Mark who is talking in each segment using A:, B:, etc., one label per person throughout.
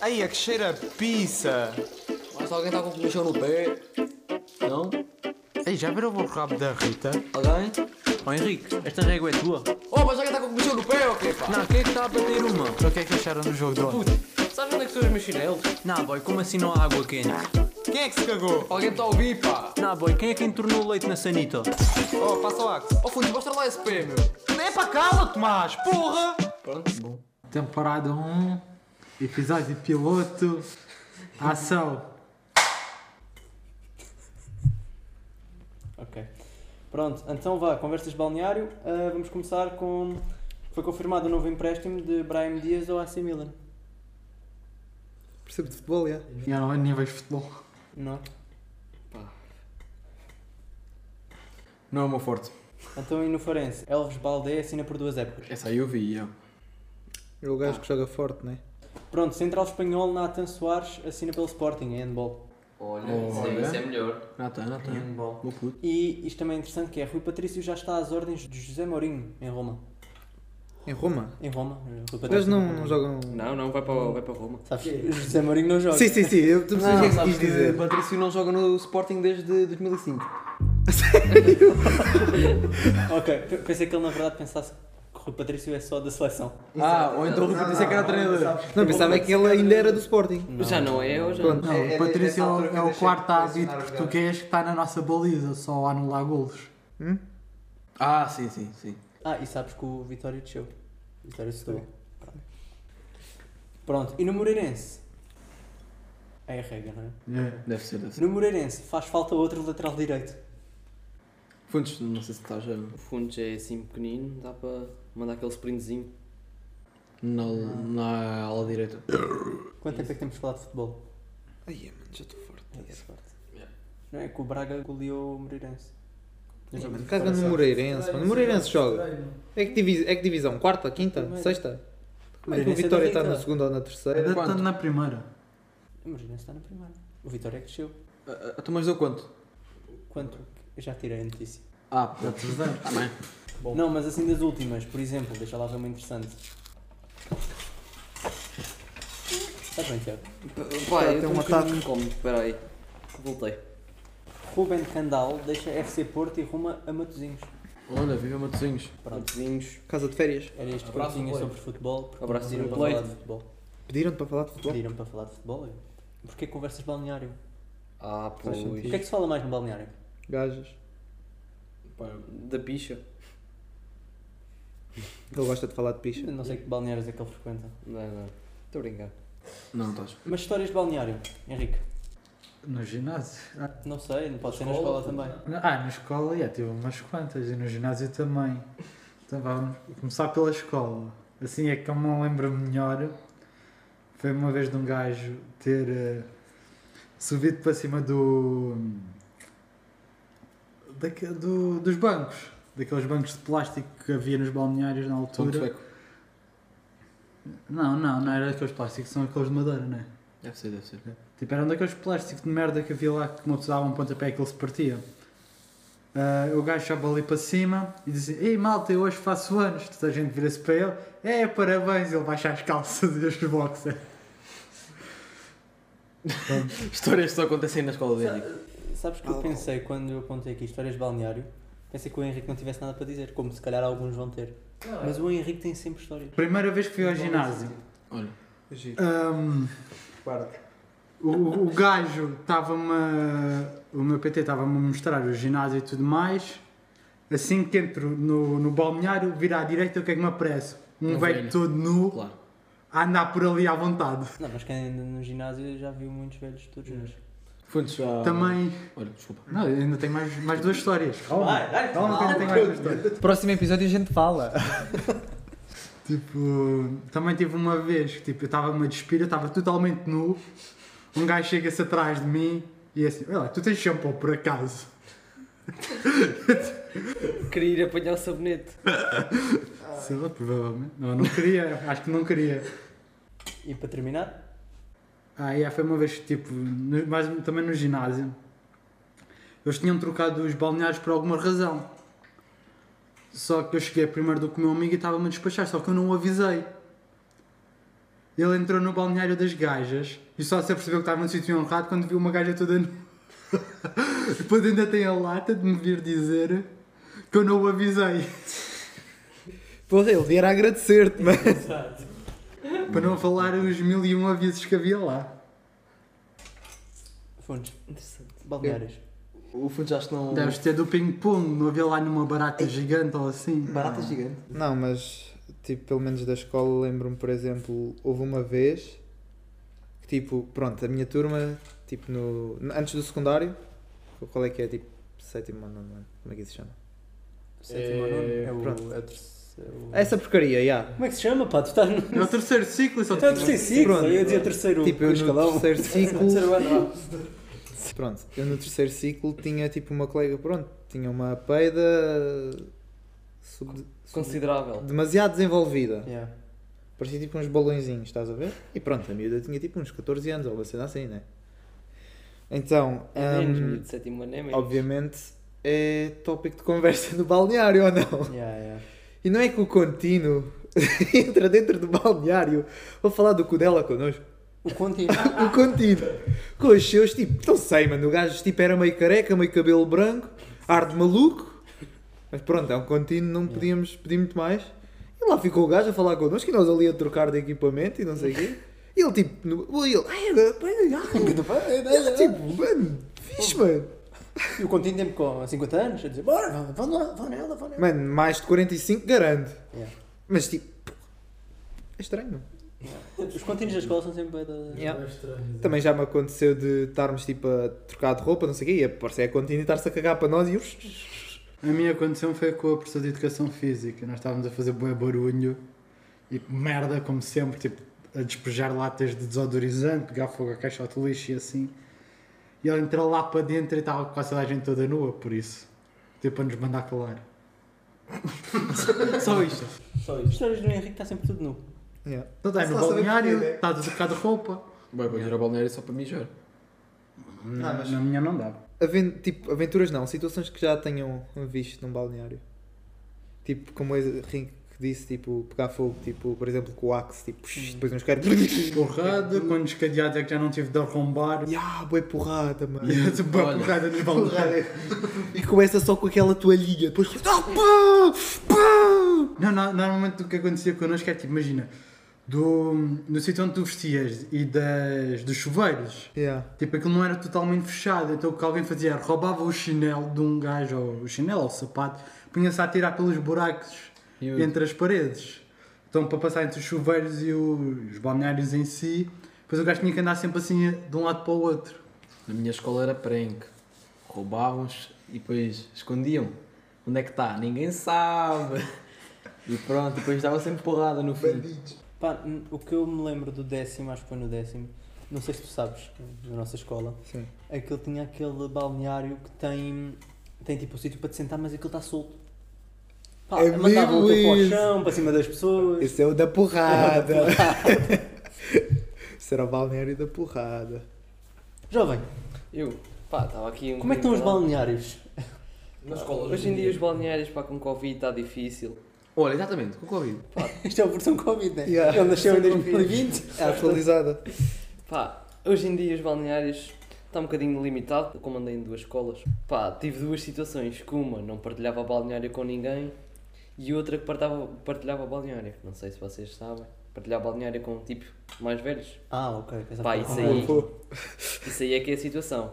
A: Ai, é que cheira a pizza!
B: Mas alguém está com comichão no pé? Não?
A: Ei, já viram o rabo da Rita?
B: Alguém?
C: Oh Henrique, esta régua é tua.
B: Oh, mas alguém está com comichão no pé ou quê, pá?
C: Não, quem é que
A: tá
C: está a bater uma?
A: O que é que acharam do jogo de ontem?
C: Sabes onde é que estão os meus chinelos? Não, boy, como assim não há água quente?
A: Quem é que se cagou?
B: Alguém está a ouvir, pá?
C: Não, boy, quem é que entornou o leite na sanita?
A: Oh, passa o axe.
B: Oh, Fundo, mostra lá esse pé, meu.
A: É para cala, Tomás! Porra!
B: Pronto, bom.
D: Temporada 1, episódio piloto, ação.
E: Ok. Pronto, então vá, conversas de balneário. Ah, vamos começar com. Foi confirmado o novo empréstimo de Brahim Dias ao AC Milan.
F: Percebo de futebol, é?
D: Eu não, nem vejo futebol.
E: Não?
F: Não é o meu forte.
E: Então e no Farense, Elves Baldé assina por duas épocas.
D: Essa aí eu vi, eu.
F: É o gajo que joga forte, não é?
E: Pronto, Central Espanhol, Nathan Soares assina pelo Sporting, é handball.
C: Olha,
D: Olha.
C: isso é melhor.
G: Ah, tá,
D: Natan, Natan.
C: Handball.
D: Meu puto.
E: E isto também é interessante que é Rui Patrício já está às ordens de José Mourinho, em Roma.
F: Em Roma.
E: Em Roma? Rui
F: Eles
A: Hum.
F: não, um- não jogam.
G: Não, não, vai para, vai para Roma.
E: Sabes, José Mourinho não joga.
F: Sim, sim, sim. Eu, tu percebes o que é que quis dizer.
G: Patrício não joga no Sporting desde 2005.
E: Ok, p- pensei que ele na verdade pensasse que Rui Patrício é só da seleção.
G: Ah, ou então o Rui Patrício é que era treinador.
F: Não, pensava que ele ainda era do Sporting.
G: Já não é, ou já
F: Pronto.
D: Não, o Patrício é, o- é o quarto árbitro português que está na nossa baliza, só a anular golos.
G: Ah, sim, sim, sim.
E: Ah, e sabes que o Vitória desceu. Vitória Setúbal. Pronto. Pronto, e no Moreirense? É a regra, não é?
G: Deve ser, deve ser.
E: No Moreirense faz falta outro lateral direito.
D: Fundos, não sei se estás a.
G: O fundo já é assim pequenino, dá para mandar aquele sprintzinho.
D: Na, na ala direita.
E: Quanto tempo é que temos falado de futebol?
F: Ai, mano, já estou forte.
E: Não é que o Braga goleou o Moreirense.
F: Ai,
E: é
F: mano, caga no Moreirense, mano. O Moreirense joga. É que, divi- é que divisão? Quarta, quinta,
E: Primeira.
F: sexta? Como é que o
E: Moreirense é
F: Vitória
E: da
F: está
E: quinta.
F: na segunda ou É, na
D: Ainda
F: terceira?
D: Tanto na primeira.
E: O Moreirense está na primeira. O Vitória é que desceu.
G: Ah, ah, tu mas deu quanto?
E: Quanto? Eu já tirei a notícia.
G: Ah, pô.
F: Tá
E: Não, mas assim das últimas, por exemplo, deixa lá ver uma interessante. Estás Tá bem, Tiago?
G: Pá, eu
F: tem
G: tenho
F: um
G: um
F: ataque.
G: bocadinho incómodo, espera aí. Voltei.
E: Ruben Candal deixa FC Porto e ruma a Matosinhos.
D: Olha, viva Matosinhos.
E: Pronto.
G: Prontinhos.
F: Casa de férias.
E: Era
G: Ah,
E: este que eu tinha sobre futebol. porque
G: Abraço,
E: pediram para
G: Sr. Pleito.
E: falar de futebol.
F: Pediram-te para falar de futebol?
E: Pediram para falar de futebol. eu- Porquê conversas de balneário?
G: Ah,
F: Faz
G: pois.
E: O que é que se fala mais no balneário?
F: Gajas.
G: Da picha.
F: Ele gosta de falar de picha.
E: Eu não sei que balneários é que ele frequenta.
G: Não, não. Estou a brincar.
D: Não, estás.
E: Mas histórias de balneário, Henrique?
D: No ginásio.
E: Não sei, não pode ser na escola também.
D: Ah, na escola, já tive umas quantas e no ginásio também. Então vamos começar pela escola. Assim é que eu me lembro melhor. Foi uma vez de um gajo ter eh, subido para cima do. daque- do- dos bancos. Daqueles bancos de plástico que havia nos balneários na
G: Ponto
D: altura.
G: sueco.
D: Não, não, não era aqueles plásticos, são aqueles de madeira, não é?
G: Deve ser, deve ser.
D: Tipo, era um daqueles plásticos de merda que havia lá que uma pessoa dava um pontapé e aquilo se partia. Ah, o gajo sobe ali para cima e diz assim, Ei malta, eu hoje faço anos. Toda a gente vira-se para ele, é parabéns, ele baixa as calças e os boxers.
G: Histórias que só acontecem na escola dele.
E: Sabes que eu pensei quando eu apontei aqui histórias de balneário? Pensei que o Henrique não tivesse nada para dizer, como se calhar alguns vão ter.
G: é.
E: Mas o Henrique tem sempre histórias.
D: Primeira vez que fui ao ginásio.
G: Olha.
D: Ahm, o, o gajo estava-me. a- O meu PT estava-me a mostrar o ginásio e tudo mais. Assim que entro no, no balneário, vira à direita, o que é que me aparece? Um
G: Um
D: velho
G: velho.
D: todo nu
G: Claro.
D: a andar por ali à vontade.
E: Não, mas quem anda no ginásio já viu muitos velhos todos nós.
G: Hum. Fundos já.
D: Também.
F: Ah,
G: Olha, desculpa.
D: Não, eu ainda tenho mais, mais duas histórias. Calma,
E: Vai, vai,
D: calma, que eu ainda tenho mais duas histórias.
F: Próximo episódio a gente fala.
D: Tipo, também tive uma vez que tipo, eu estava-me a despir, eu estava totalmente nu. Um gajo chega-se atrás de mim e é assim: Olha, lá, tu tens shampoo por acaso?
G: Queria ir apanhar o sabonete.
E: Ah.
D: Sei lá, provavelmente. Não, não queria, acho que não queria.
E: E para terminar,
D: Ah, yeah, foi uma vez que, tipo, no- mais, também no ginásio, eles tinham trocado os balneários por alguma razão. Só que eu cheguei primeiro do que o meu amigo e estava-me a despachar, só que eu não o avisei. Ele entrou no balneário das gajas e só se apercebeu que estava num sítio honrado quando viu uma gaja toda. nu. Depois ainda tem a lata de me vir dizer que eu não o avisei.
F: Porra, é, ele vier a agradecer-te, mano.
D: Para não falar os mil e um avisos que havia lá.
E: Fontes. Balneários.
B: O Fundo acho que não.
D: Deves ter do ping-pong, não havia lá nenhuma barata gigante ou assim.
B: Barata gigante.
F: Não, mas tipo, pelo menos da escola lembro-me, por exemplo, houve uma vez que tipo, pronto, a minha turma, tipo, no. Antes do secundário, qual é que é tipo sétimo ou nono ano? Como é que isso se chama?
E: Sétimo ou nono?
F: É,
E: É o.
F: pronto.
E: é o terceiro-
F: Essa porcaria, já.
E: Como é que se chama, pá? Tu estás no.
D: É o terceiro ciclo, só
E: Tu estás no terceiro ciclo,
F: Pronto.
E: eu ia dizer terceiro
F: Tipo, eu no
E: escalão.
F: terceiro ciclo.
E: Terceiro ano,
F: Pronto, eu no terceiro ciclo tinha tipo uma colega, pronto, tinha uma peida. eh, sub- sub-
G: Considerável.
F: demasiado desenvolvida.
E: ah. Yeah.
F: Parecia tipo uns balõezinhos, estás a ver? E pronto, a miúda tinha tipo uns 14 anos, ou uma cena assim, né? Então,
G: É menos,
E: Um,
F: hum,
G: miúdo de sétimo ano é menos.
F: obviamente é tópico de conversa no balneário ou não?
E: Yeah, yeah.
F: E não é que o contínuo entra dentro do balneário para falar do cu dela connosco.
E: O contínuo.
F: O contínuo. Com os seus, tipo, não sei, mano. O gajo tipo, era meio careca, meio cabelo branco, ar de maluco. Mas pronto, é um contínuo, não podíamos pedir muito mais. E lá ficou o gajo a falar connosco e nós ali a trocar de equipamento e não sei o quê. E ele tipo, no, e ele, ai, agora, ai, ai, ai. Ele, tipo, mano, fixe, mano.
E: E o contínuo tem com 50 anos, a dizer, bora, vão- vão lá, vão nela, vão nela.
F: Mano, mais de 45 garanto.
E: Yeah.
F: Mas tipo, é estranho.
E: Os contínuos da escola são sempre. bué da-
F: Também já me aconteceu de estarmos tipo a trocar de roupa, não sei o quê, e aparecer a continua e estar-se a cagar para nós e eu.
D: A minha condição foi com a professora de Educação Física. Nós estávamos a fazer bué barulho e merda, como sempre, tipo, a despejar latas de desodorizante, pegar fogo a caixote de lixo e assim. E ela entrou lá para dentro e estava quase toda a gente toda nua, por isso. Tipo, para nos mandar calar. Só isto.
E: As histórias do Henrique está sempre tudo nu.
F: Yeah.
D: Então estás no
F: Só saber
D: balneário, tá
F: comer, é?
D: estás a trocar de roupa.
C: Bem, vou ir ao balneário só para mijar.
D: Na,
F: mas-
D: na minha não dava.
F: Aven- tipo, aventuras não, situações que já tenham visto num balneário. Tipo, como o Henrique disse, tipo, pegar fogo, tipo, por exemplo, com o Axe, tipo, depois uns caras.
D: Porrada, quando descadeado é que já não tive de arrombar.
F: Ya, boa porrada, mano.
D: E eu, tipo, bué porrada nos balneários.
F: E começa só com aquela toalhinha, depois. Ah, pá! Pá!
D: Não, não, normalmente o que acontecia connosco é tipo, imagina, do, do sítio onde tu vestias e das, dos chuveiros,
F: Yeah.
D: tipo, aquilo não era totalmente fechado, então o que alguém fazia era roubava o chinelo de um gajo, ou o chinelo ou o sapato, punha-se a tirar pelos buracos entre as paredes. Então, para passar entre os chuveiros e o- os balneários em si, depois o gajo tinha que andar sempre assim de um lado para o outro.
C: Na minha escola era prank. Roubavam-nos e depois escondiam. Onde é que está? Ninguém sabe. E pronto, depois dava sempre porrada no fim.
E: Pá, n- o que eu me lembro do décimo, acho que foi no décimo, não sei se tu sabes, da nossa escola,
F: Sim.
E: é que ele tinha aquele balneário que tem, tem tipo um sítio para te sentar, mas aquilo está solto. Pá,
F: É
E: mandavam o teu
F: mesmo
E: para o
F: isso.
E: chão, para cima das pessoas.
F: Esse tá. é o da porrada. Esse era o balneário da porrada.
E: Jovem,
G: Eu, pá, estava aqui um
E: como é que estão os
G: bocadinho
E: balneários?
G: calado. Hoje em dia os balneários, pá, com Covid está difícil.
C: Olha, exatamente, com Covid.
E: Isto é a versão Covid, né?
F: Yeah.
E: Ele nasceu em
G: Versão Covid.
E: 2020.
F: É atualizada.
G: Pá, hoje em dia os balneários está um bocadinho limitado, como andei em duas escolas. Pá, tive duas situações, que uma não partilhava balneário com ninguém e outra que partava- partilhava balneário. Não sei se vocês sabem, partilhar balneário com tipo mais velhos.
E: Ah, ok. pensava
G: Pá,
E: que
G: isso
E: era
F: Ah,
G: aí.
E: com-
G: Isso aí é que é a situação.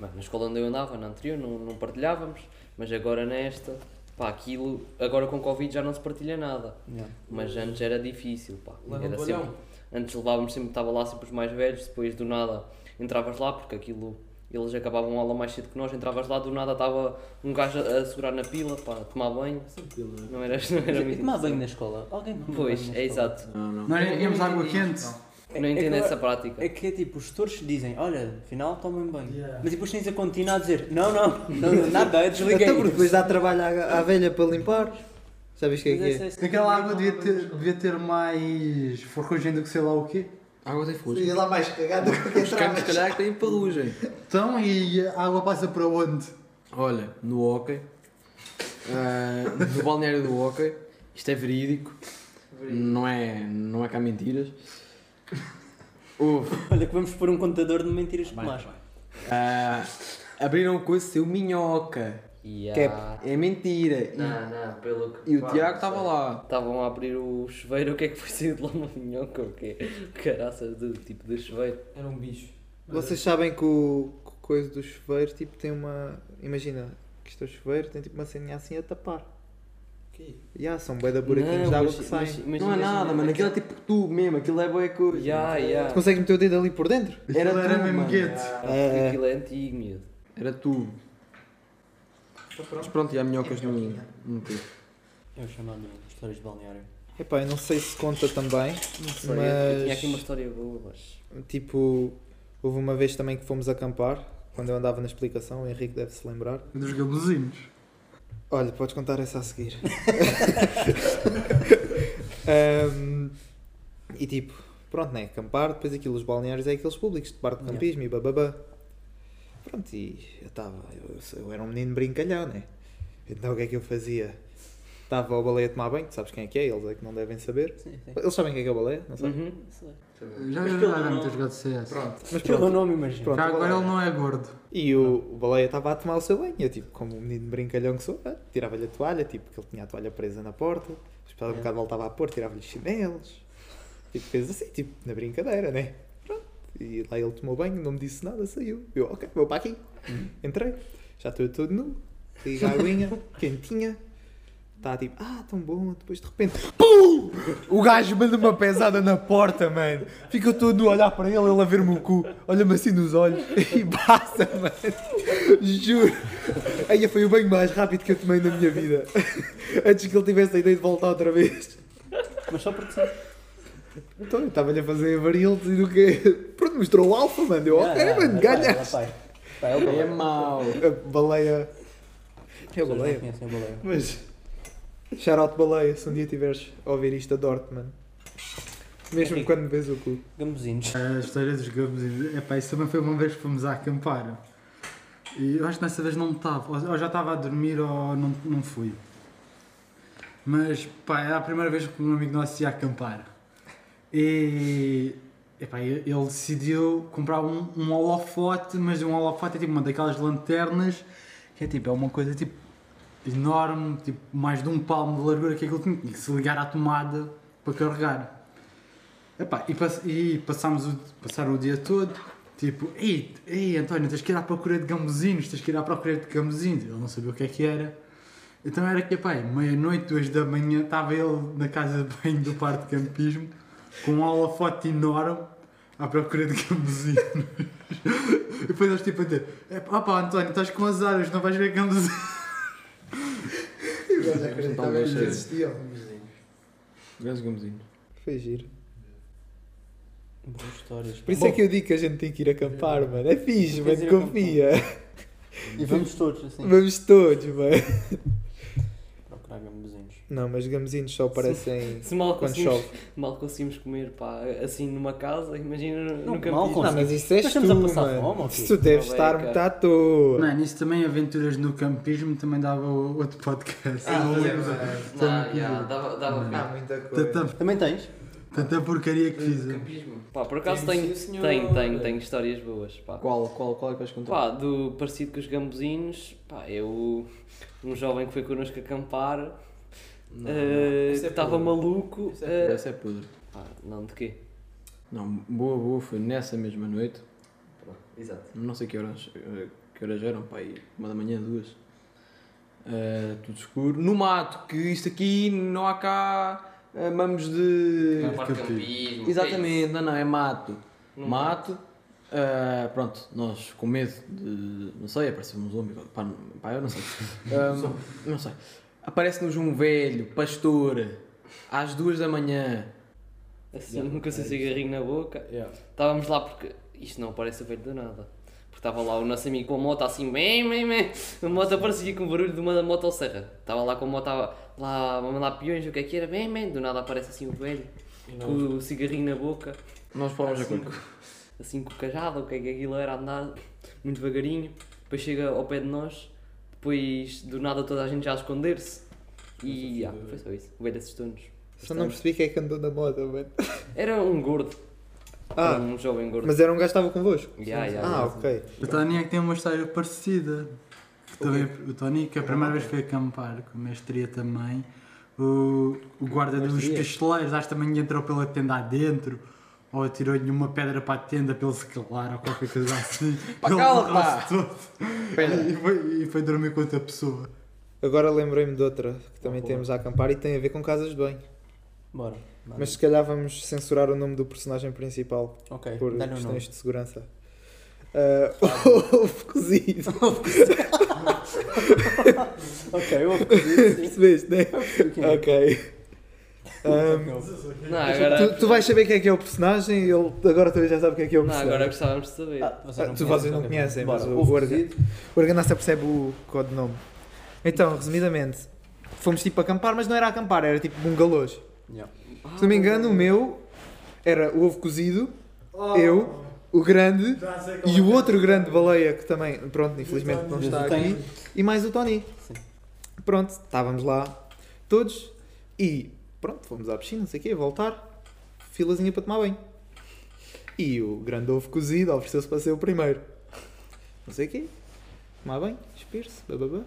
G: Bem, na escola onde eu andava, na anterior, não, não partilhávamos, mas agora nesta, pá, aquilo, agora com Covid já não se partilha nada.
E: Yeah.
G: Mas antes era difícil, pá.
C: Leva
G: Era
C: um
G: sempre-
C: bolhão.
G: antes levávamos sempre, estava lá sempre os mais velhos, depois do nada entravas lá, porque aquilo, eles acabavam a aula mais cedo que nós, entravas lá, do nada estava um gajo a, a segurar na pila, pá, a tomar banho. Não era, não era
E: Mas, é e
G: muito
E: tomar banho na escola? Alguém toma
G: Pois,
E: banho na
G: é
E: escola?
G: exato.
D: Nós nem tínhamos água quente.
G: Não
E: É- é
G: entendo
E: que-
G: essa prática.
E: É que é tipo, os tutores dizem, olha, afinal tomem banho. Mas depois tens a continua a dizer, não, não, não, não, nada, desliga
F: Até
E: aí.
F: porque depois dá trabalho à, à velha para limpar. Já viste o que é
E: Mas
F: que é?
E: essa- essa-
D: Aquela água devia ter, devia ter mais ferrugem do que sei lá o quê.
C: Água tem fujo.
F: Ia é- lá mais cagada do que
C: Os canos, se calhar, que têm ferrugem.
D: Então, e a água passa para onde?
C: Olha, no hóquei, ah, no balneário do hóquei, isto é verídico, não é, não é cá mentiras. Houve.
E: Olha que vamos pôr um contador de mentiras com
C: Vai,
E: mais.
C: Ah, abriram o curso, saiu minhoca.
G: E
F: Que é-
G: há-
C: É mentira. E-
G: Não, não, pelo que.
C: E o
G: Ah, pá,
C: Tiago
G: não sei.
C: estava lá.
G: Estavam a abrir o chuveiro, o que é que foi sair de lá uma minhoca? O que é? Caraças do tipo de chuveiro.
E: Era um bicho.
F: Vocês sabem que o que o coisa dos chuveiros tipo, tem uma. Imagina que isto é o chuveiro, tem tipo uma ceninha assim a tapar. E yeah, são bué de buraquinhos
G: Não,
F: de água
G: mas-
F: que saem.
G: mas-
F: Tu
G: mas
C: Não é
G: imagina-
C: nada, mano. Aquilo é tipo tubo mesmo. Aquilo é boa coisa.
G: Ya, ya.
F: consegues meter o dedo ali por dentro?
C: Era
D: Aquilo era
C: tubo,
D: mesmo
C: mano.
D: gueto.
G: Porque Aquilo é antigo, miúdo.
C: Era tubo. Mas pronto, e há minhocas no no tubo.
E: É o chamado histórias de balneário.
F: Epá, eu não sei se conta também,
G: Sei, eu- Eu tinha aqui uma
F: mas
G: história boa, mas.
F: tipo, houve uma vez também que fomos acampar, quando eu andava na explicação, o Henrique deve se lembrar.
D: Dos gabuzinos.
F: Olha, podes contar essa a seguir. Ahm, e tipo, pronto, né? Acampar, depois aquilo, os balneários é aqueles públicos de parque de campismo e bababá. Pronto, e eu estava, eu, eu era um menino brincalhão, né? Então o que é que eu fazia? Estava ao baleia a tomar banho, tu sabes quem é que é, eles é que não devem saber.
E: Sim, sim.
F: Eles sabem quem é que é o baleia, não sabem?
G: Uhum. sei.
D: Já jogaram muito jogado CS.
F: um- Pronto, mas
E: Pelo
F: pronto.
E: nome, imagino.
F: Pronto,
D: Já
F: o
D: agora
F: Baleia.
D: ele não é gordo.
F: E o, o baleia estava a tomar o seu banho. Eu, tipo, como um menino brincalhão que sou, ah, tirava-lhe a toalha, tipo, que ele tinha a toalha presa na porta. Depois, um bocado, voltava a pôr, tirava-lhe os chinelos. Tipo, coisas assim, tipo, na brincadeira, né? Pronto. E lá ele tomou banho, não me disse nada, saiu. Eu, ok, vou para aqui. Entrei, já estou todo nu. Liga a aguinha, quentinha. Está tipo, ah, tão bom. Depois, de repente, PUM! O gajo manda uma pesada na porta, mano. Fica todo nu a olhar para ele, ele a ver-me o cu. Olha-me assim nos olhos e passa, mano. Juro. Aí foi o banho mais rápido que eu tomei na minha vida. Antes que ele tivesse a ideia de voltar outra vez.
E: Mas só porque sim.
F: Então, eu estava-lhe a fazer varilhas e do que... Pronto, mostrou o alfa, mano.
E: Ah,
F: Eu, ok, mano, ganha.
C: É mau.
F: A baleia... É a
E: Baleia.
F: baleia.
E: Conhecem o baleia.
F: Mas. Shoutout baleia, se um dia tiveres a ouvir isto, adoro-te, mano. Mesmo
E: Henrique.
F: quando vês o cu.
E: Gambuzinos.
D: A história dos gabuzinos. Epá, isso também foi uma vez que fomos a acampar. E eu acho que nessa vez não estava. Ou ou já estava a dormir ou não, não fui. Mas, pá, era a primeira vez que um amigo nosso ia acampar. E. Epá, e- ele decidiu comprar um, um holofote, mas um holofote é tipo uma daquelas lanternas que é tipo, é uma coisa tipo enorme, tipo mais de um palmo de largura que aquilo tinha que se ligar à tomada para carregar. Epá, e, pass e passámos o, passaram o dia todo, tipo, ei, ei António, tens que ir à procura de gambuzinos, tens que ir à procura de gambuzinos. Ele não sabia o que é que era. Então era que, epá, meia-noite, duas da manhã, estava ele na casa de banho do parque de campismo, com um holofote enorme, à procura de gambuzinos. e depois eles tipo a dizer, "Epá, opá António, estás com as áreas, não vais ver gambuzinos.
C: Talvez existiam. Grandes gomezinhos.
F: Foi giro.
E: Boas histórias.
F: Por isso é que eu digo que a gente tem que ir acampar, mano. É fixe,
E: Tens
F: mano.
E: de ir
F: Confia.
E: E vamos todos, assim,
F: Vamos todos, mano.
E: procurar gambuzinos.
F: Não, mas gamezinhos só aparecem
G: Se mal
F: quando
G: conseguimos,
F: chove.
G: mal conseguimos comer, pá, assim numa casa, imagina no
E: Não,
G: campismo.
E: mal
F: Não, mas isso és
E: Nós
F: tu,
E: estamos a passar fome,
F: mano.
E: ou quê?
F: Isso tu deves
G: Não,
F: estar
G: bem,
F: muito à
G: cara.
E: é?
F: toa.
D: Mano, isso também, aventuras no campismo, também dava o- outro
F: Ah,
D: podcast. um
E: Ah,
D: Eu não
F: é
D: lembro.
G: Não, já, dava, dava pena.
F: muita
D: Tanta,
E: Também tens?
D: tanta porcaria que fiz.
G: Pá, por acaso tenho, tenho, tenho, tenho histórias boas, pá.
C: Qual, qual, qual é que vais contar?
G: Pá, do parecido com os gambuzinos, pá, eu, um jovem que foi connosco acampar,
C: Não,
G: eh,
C: essa é
G: estava
C: podre.
G: maluco.
C: Essa é
G: eh,
C: podre, Essa é podre.
G: pá, não, de quê?
C: Não, boa, boa, foi nessa mesma noite.
G: Exato.
C: não sei que horas, eh, que horas eram, pá, aí uma da manhã, duas. Eh, tudo escuro. No mato, que isto aqui não há cá eh, mamos de.
G: é
C: Exatamente, não, não, é mato. mato. eh, pronto, nós com medo de. Não sei, apareceu um zombi. Pá, não- pá, eu não sei. Um, não sei. Aparece-nos um velho, pastor, às duas da manhã.
G: Assim, nunca sei cigarrinho na boca. Estávamos lá porque. Isto não parece velho do nada. Porque estava lá o nosso amigo com a moto assim, bem, bem, bem. A moto parecia com o barulho de uma motosserra. Estava lá com a moto, a- lá, vamos lá, peões, o que é que era, bem, bem. Do nada aparece assim o velho, com o cigarrinho na boca,
C: Nós falamos a
G: Assim,
C: coisa.
G: assim com o cajado, o que é que aquilo era, a andar muito devagarinho. Depois chega ao pé de nós, depois do nada toda a gente já a esconder-se. E ah, foi só isso. O velho assustou-nos.
F: Só não percebi quem é que andou na moda, mano.
G: Era um gordo.
F: Ah,
G: um jovem gordo.
F: mas era um gajo que estava convosco.
G: Yeah, yeah,
F: Ah,
G: yeah.
F: ok.
D: O Tony é que tem uma história parecida. Que também- o Tony, que a primeira vez que foi acampar com a mestria também, o, o guarda dos pistoleiros, acho que também lhe entrou pela tenda adentro, ou atirou-lhe uma pedra para a tenda para ele se calar, ou qualquer coisa assim.
C: Pá,
D: Ele
C: cala-te,
D: borrou-se todo. E foi, e foi dormir com outra pessoa.
F: Agora lembrei-me de outra que também
E: Boa.
F: temos a acampar e tem a ver com casas de banho.
E: Bora. Vale.
F: Mas se calhar vamos censurar o nome do personagem principal
E: ok,
F: por
E: dá-lhe um nome.
F: questões de segurança. Uh, ovo cozido.
E: Ok, eu acredito. sim.
F: Percebeste, né?
E: Eu percebi quem é.
F: Ok.
E: Ah,
F: Um,
E: Ok.
G: Não, agora,
F: tu, tu vais saber quem é que é o personagem e ele agora também já sabe quem é que é o
G: não,
F: personagem.
G: agora gostávamos de saber.
E: Ah, vocês
F: Ah,
E: não
F: tu-
E: conhecem,
F: vocês não
E: ok.
F: conhecem,
E: Bora,
F: mas o
E: ovo
F: Gorga-
E: cozido.
F: O Arganasta percebe o codinome. Então, resumidamente, fomos tipo acampar, mas não era acampar, era tipo bungalôs.
E: Yeah.
F: Se
G: Ah,
F: não me engano, o meu era o ovo cozido, eu, o grande e o outro grande baleia que também, pronto, infelizmente não
E: Mas
F: está
E: eu tenho-
F: aqui, e mais o Tony.
E: Sim.
F: Pronto, estávamos lá todos e pronto, fomos à piscina, não sei o quê, voltar, filazinha para tomar banho. E o grande ovo cozido ofereceu-se para ser o primeiro. Não sei o quê, tomar banho, despir-se, bababá.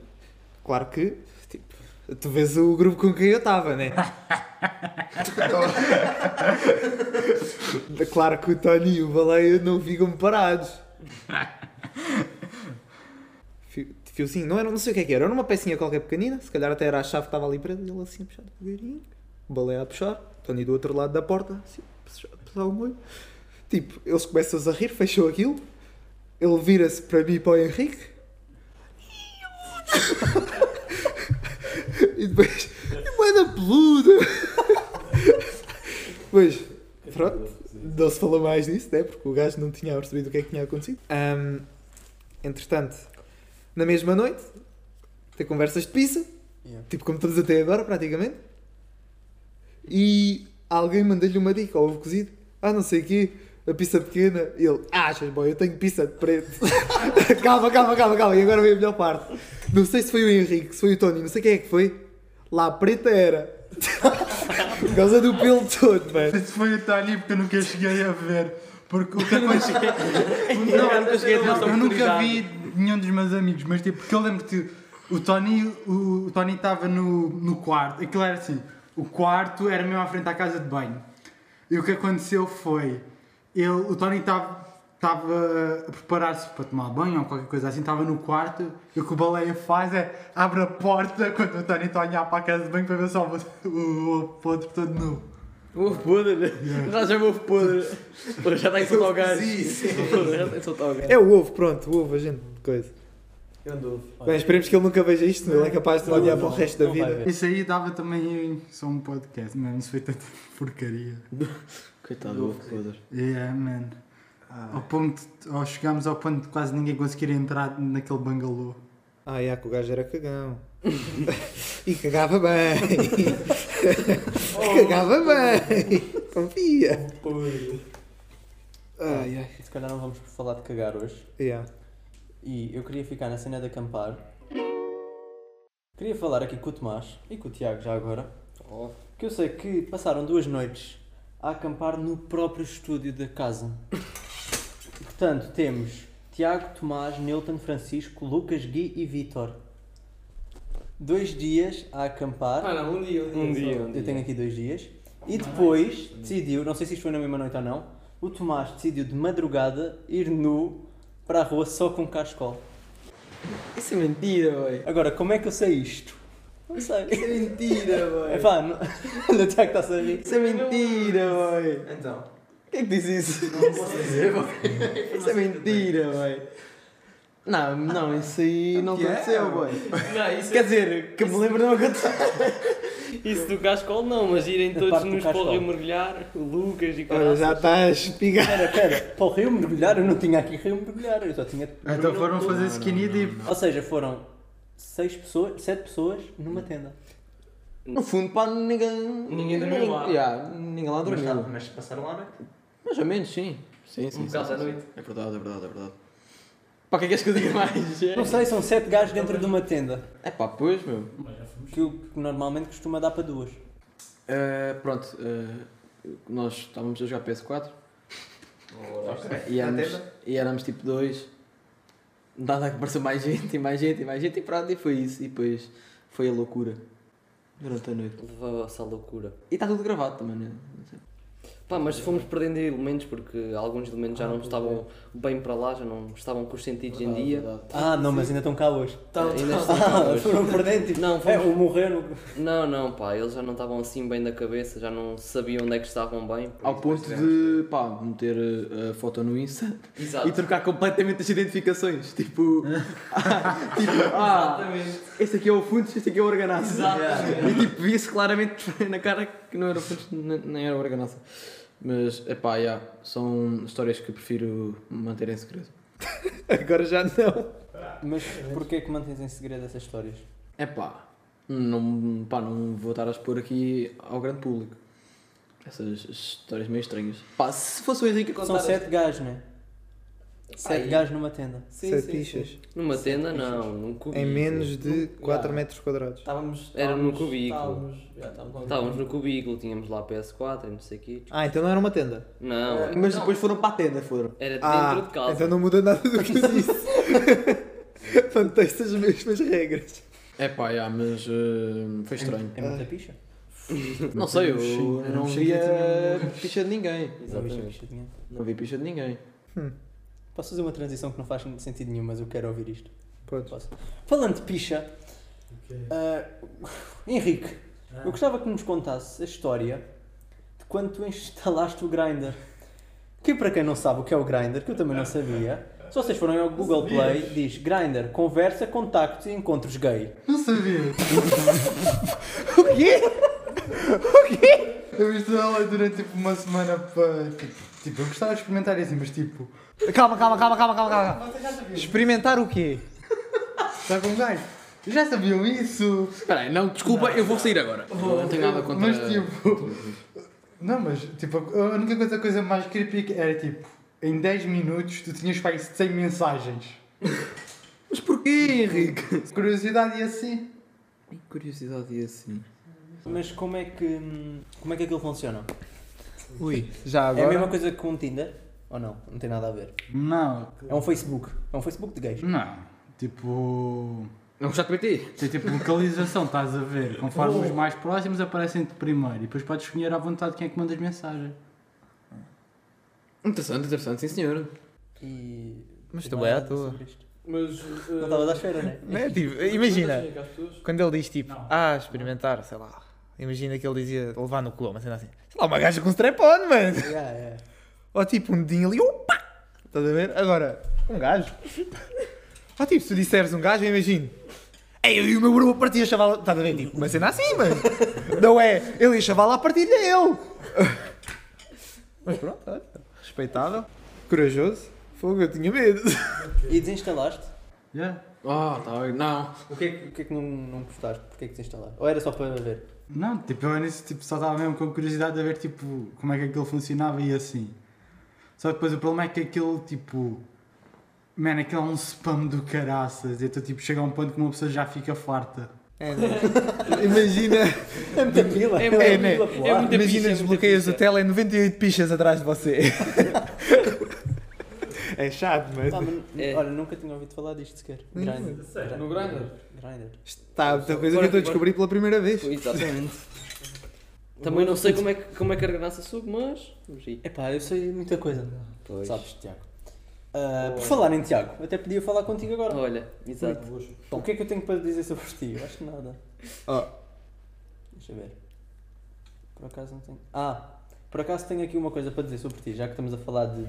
F: Claro que, tipo, tu vês o grupo com quem eu estava, né? claro que o Tony e o Baleia não ficam parados. Fio- Fiozinho, não, era, não sei o que é que era, era uma pecinha qualquer pequenina, se calhar até era a chave que estava ali presa, e ele assim a puxar devagarinho, o baleia a puxar, Tony do outro lado da porta, assim, a puxar- a puxar o molho. Tipo, eles começam a rir, fechou aquilo, ele vira-se para mim e para o Henrique. e depois, moeda peluda! depois, pronto, não se falou mais disso, né? Porque o gajo não tinha percebido o que é que tinha acontecido. Ahm, entretanto, na mesma noite, ter conversas de pizza,
E: Yeah.
F: tipo como estamos até agora, praticamente. E alguém mandou-lhe uma dica ao ovo cozido: Ah, não sei o quê, a pizza pequena. E ele: "Ah, Achas, boy, eu tenho pizza de preto. calma, calma, calma, calma. E agora vem a melhor parte. Não sei se foi o Henrique, se foi o Tony, não sei quem é que foi. Lá preta era. Por causa do pelo todo, mano.
D: Esse foi o Tony porque eu nunca cheguei a ver. Porque o que aconteceu. não, eu nunca
C: cheguei a ter essa
D: Eu nunca vi
C: oportunidade.
D: nenhum dos meus amigos, mas tipo, porque eu lembro que o Tony o, o Tony estava no, no quarto. Aquilo era assim: o quarto era mesmo à frente à casa de banho. E o que aconteceu foi: ele, o Tony estava. Estava a preparar-se para tomar banho ou qualquer coisa assim, estava no quarto e o que o baleia faz é abre a porta quando o Tony está a olhar para a casa de banho para ver só o, o, o podre todo nu.
C: O ovo podre. Já chama ovo podre. Pô, Já está em soltar o gajo. Pô, Já está em soltar o gajo.
F: É o ovo, pronto, o ovo, a gente, coisa.
E: Eu ando.
F: Bem, esperemos que ele nunca veja isto, senão ele é capaz de olhar para o
E: não,
F: resto da
E: não vai
F: vida.
E: ver.
D: Isso aí dava também só um podcast, mano. Isso foi tanta porcaria.
C: Coitado do ovo podre.
D: Yeah, man.
A: Ah.
D: Ao ponto, de- ou chegámos ao ponto de quase ninguém conseguir entrar naquele bangalô.
F: Ah, é, que o gajo era cagão. e cagava bem. cagava bem. Confia. Ai, ai.
E: Se calhar não vamos falar de cagar hoje.
F: Yeah.
E: E eu queria ficar na cena de acampar. Queria falar aqui com o Tomás e com o Tiago já agora.
G: Oh.
E: Que eu sei que passaram duas noites a acampar no próprio estúdio da casa. Portanto, temos Tiago, Tomás, Nilton, Francisco, Lucas, Gui e Vitor. Dois dias a acampar.
C: Ah não, um dia. Ah,
G: Um dia, um
E: Eu tenho
G: dia.
E: aqui dois dias. E depois decidiu, não sei se isto foi na mesma noite ou não, o Tomás decidiu de madrugada ir nu para a rua só com cascol.
C: Isso é mentira, boy.
E: Agora, como é que eu sei isto? Não sei.
C: Isso é mentira, boy.
E: É pá, não... olha o Tiago está a sair.
C: Isso é mentira, boy.
B: Então,
C: Quem é que diz isso?
B: posso dizer,
C: Isso é mentira, boy. Não, não, isso aí não
A: é
C: aconteceu, boy.
G: Não, isso,
C: Quer dizer, que me lembro não aconteceu.
G: isso do cascol não, mas irem
E: A
G: todos
E: parte do
G: nos para o
E: cascol.
G: rio mergulhar, o Lucas e
F: Olha, já
G: caralho.
F: estás pigado.
E: Espera, espera, para o rio mergulhar, eu não tinha aqui rio mergulhar, eu só tinha.
D: Então foram fazer skinny dip.
E: Ou seja, foram seis pessoas, sete pessoas numa tenda.
C: No fundo, pá, ninguém.
G: Ninguém dormiu lá.
C: Yeah, ninguém lá dormiu. Mas, tá.
B: passaram lá, não é?
C: Mais ou menos, sim. Sim, sim.
G: Um bocado
C: sim,
G: à
C: sim.
G: noite.
C: É verdade, é verdade, é verdade. Pá, o que é que és que eu diga mais?
E: Não sei, são sete gajos dentro de uma tenda,
C: É pá, pois, meu.
E: que o- que normalmente costuma dar para duas.
C: Eh, Uh, pronto, uh, nós estávamos a jogar PS4 E éramos,
F: Entenda?
C: e éramos tipo dois. Nada que apareceu mais gente, e mais gente, e mais gente, e pronto, e foi isso. E depois foi a loucura durante a noite.
G: Levava-se à loucura.
C: E está tudo gravado também, né? Não sei.
G: Pá, mas fomos perdendo elementos porque alguns elementos já não estavam bem para lá, já não estavam com os sentidos em dia.
E: Ah, não, mas ainda estão cá hoje.
G: Ainda estão cá
E: Ah,
G: hoje.
E: foram por dentro. tipo,
G: Não,
E: É,
G: fomos-
E: o morrer no...
G: Não, não, pá, eles já não estavam assim bem da cabeça, já não sabiam onde é que estavam bem.
C: Ao ponto
G: é
C: de, pá, meter uh, a foto no Insta
G: Exato.
C: e trocar completamente as identificações. Tipo, ah, tipo, ah, este aqui é o Fundos, este aqui é o Organaço. E tipo, via-se claramente na cara que não era o Fundos, nem nem era o Organaço. Mas, epá, já, são histórias que eu prefiro manter em segredo.
F: Agora já não.
E: Mas porquê que mantens em segredo essas histórias?
C: Epá, não, pá, não vou estar a expor aqui ao grande público. Essas histórias meio estranhas. Pá, se fosse o Henrique a contar...
E: São sete gajos, né? Sete
G: Aí.
E: gajos numa tenda.
F: Sete fichas.
G: Numa tenda, não, num cubículo.
F: Em menos de
E: Não,
F: 4
E: já.
F: metros quadrados.
E: Estávamos.
G: Era no cubículo. Tá.
E: Estávamos. já, estávamos lá no
G: Estávamos
E: cubículo.
G: no cubículo, tínhamos lá a PS4 e não sei o quê.
F: Ah, então não era uma tenda.
G: Não, então, era-
C: Mas depois foram para a tenda, foram.
G: era dentro
F: Ah,
G: de casa.
F: então não muda nada do que eu disse. Manteste as mesmas regras.
C: Epá, já, mas eh, foi estranho.
E: É muita picha.
C: Não sei, eu não via picha de ninguém.
E: Não viste picha de ninguém.
C: Não vi picha de ninguém.
E: Posso fazer uma transição que não faz sentido nenhum, mas eu quero ouvir isto.
F: Podes.
E: Falando de picha, ah, Henrique, eu gostava que nos contasse a história de quando tu instalaste o Grindr. Que para quem não sabe o que é o Grindr, que eu também não sabia, se vocês forem ao Google Play, diz Grindr, conversa, contactos e encontros gay.
A: Não sabia. Eu instalei durante tipo uma semana para. Tipo, tipo, eu gostava de experimentar assim, mas tipo.
F: Calma, calma, calma, calma, calma, calma. Experimentar o quê?
A: Está
D: tá um
A: com gajo. Já sabiam isso?
C: Espera aí, não, desculpa, eu vou sair agora. Eu não tenho nada contra...
A: Mas tipo. Não, mas tipo, a única coisa, a coisa mais
D: é
A: creepy que era tipo. Em 10 minutos tu tinhas para aí 100 mensagens.
C: Mas porquê, Henrique?
A: Curiosidade e assim.
C: Curiosidade é assim.
E: Mas como é que. hum, Como é que aquilo funciona?
F: Ui, já
E: É a mesma coisa que com o Tinder? Ou não? Não tem nada a ver.
D: Não,
E: É um Facebook. É um Facebook de gays.
D: não. Tipo.
C: É um chat PT.
D: Tem tipo localização, estás a ver? Conforme
A: Oh.
D: os mais próximos aparecem-te primeiro e depois podes escolher à vontade quem é que manda as mensagens.
C: Interessante, interessante, sim senhor.
E: E.
F: Mas
E: Não
F: também é
E: é
F: à toa.
E: sobre isto.
C: Mas...
E: Não estavas à espera, né?
F: Não é? Tipo, imagina, quando ele diz tipo, ah, experimentar, sei lá. Imagina que ele dizia levar no colo, mas ainda assim, sei lá, uma gaja com strap-on, mano.
E: Yeah, yeah.
F: Ou tipo um dedinho ali, opa! Estás a ver? Agora, um gajo. Ou tipo, se tu disseres um gajo, eu imagino. Ei, eu e o meu grupo a partir a chavala. Estás a ver? Tipo, uma cena assim, mano. Não é? Ele e a chavala a é partilha eu. Mas pronto, olha. Respeitável. Corajoso. Fogo, eu tinha medo.
E: E desinstalaste?
D: Yeah.
C: Ah, tá bem. Não.
E: O que é que, o que, é que não, não gostaste? Porquê que desinstalaste? Ou era só para ver?
D: Não, tipo, eu nisso tipo, só estava mesmo com curiosidade de ver tipo, como é que aquilo funcionava e assim. Só que depois o problema é que aquilo, tipo. Mano, aquilo é um spam do caraças. Então, tipo, chega a um ponto que uma pessoa já fica farta.
F: É, né? Imagina.
E: É muita pila!
F: É, né? Imagina desbloqueias o tela e 98 pichas atrás de você. é chato,
E: Pá,
F: mas.
E: Tá, mas,
G: É.
E: Olha, nunca tinha ouvido falar disto sequer. Grindr.
C: No Grindr?
E: Grindr.
F: Está muita coisa que eu estou a descobrir pela primeira vez.
G: Exatamente. Também não sei como é que, como é que a granada soube, mas. Vamos aí.
E: Epá, eu sei muita coisa.
G: Pois.
E: Sabes, Tiago. Ah, por falar em Tiago, até podia falar contigo agora.
G: Olha, exato.
E: O que é que eu tenho para dizer sobre ti? Eu acho que nada.
F: Oh.
E: Deixa eu ver. Por acaso não tenho. Ah, por acaso tenho aqui uma coisa para dizer sobre ti, já que estamos a falar de,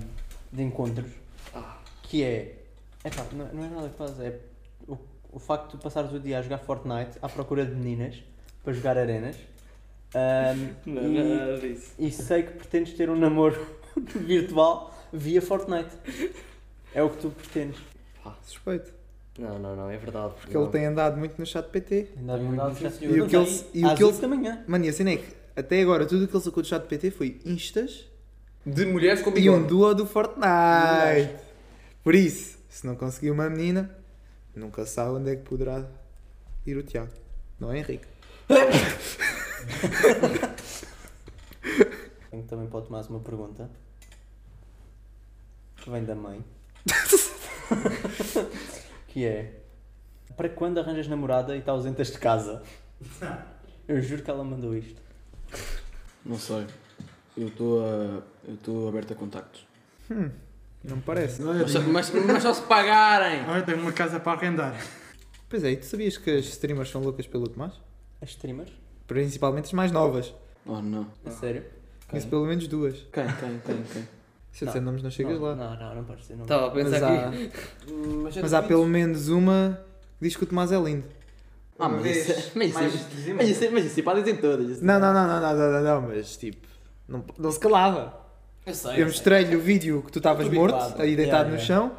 E: de encontros.
F: Ah.
E: Que é. Epá, não, não é nada que faz, é o, o facto de tu passares o dia a jogar Fortnite à procura de meninas para jogar arenas. Ahm,
G: Não,
E: e,
G: nada disso.
E: e sei que pretendes ter um namoro virtual via Fortnite. É o que tu pretendes.
F: Suspeito.
G: Não, não, não, é verdade.
F: Porque ele tem andado muito no chat PT.
E: Ainda bem, ainda bem.
F: E o que ele- e o
E: Às
F: que ele-
E: 8 da manhã.
F: Mano, e a cena é que até agora tudo o que ele sacou do chat PT foi instas
C: De mulheres com
F: e um
C: bigode.
F: duo do Fortnite. Por isso, se não conseguir uma menina, nunca sabe onde é que poderá ir o Tiago. Não é Henrique?
E: Tenho também para o Tomás uma pergunta. que vem da mãe. que é para quando arranjas namorada e está ausentas de casa? Eu juro que ela mandou isto.
C: Não sei. Eu estou a. Eu estou aberto a contactos.
F: Não me parece.
A: Olha,
C: Mas,
A: tenho-
C: mas, mas só se pagarem!
A: olha, tenho uma casa para arrendar.
F: Pois é, e tu sabias que as streamers são loucas pelo Tomás?
E: As streamers?
F: Principalmente as mais novas.
C: Oh não.
E: A sério?
F: Conheço pelo menos duas.
C: Quem, quem, quem, quem?
F: Se eu disser nomes, não chegas
E: não,
F: lá.
E: Não, não, não podes dizer. Não.
G: Estava a
F: Mas
G: pensar
F: há,
G: aqui.
F: mas há pelo menos uma que diz que o Tomás é lindo.
C: Ah, mas isso é. Mas isso é. Mas isso é. Mas isso é. Mas isso todas. isso-
F: Não, não, não, não, não, não, não, não, mas tipo, não, não se calava.
E: Eu sei.
F: Eu mostrei-lhe o vídeo que tu estavas
E: Tudo
F: morto,
E: habituado.
F: aí deitado
E: Yeah,
F: no
E: yeah.
F: chão,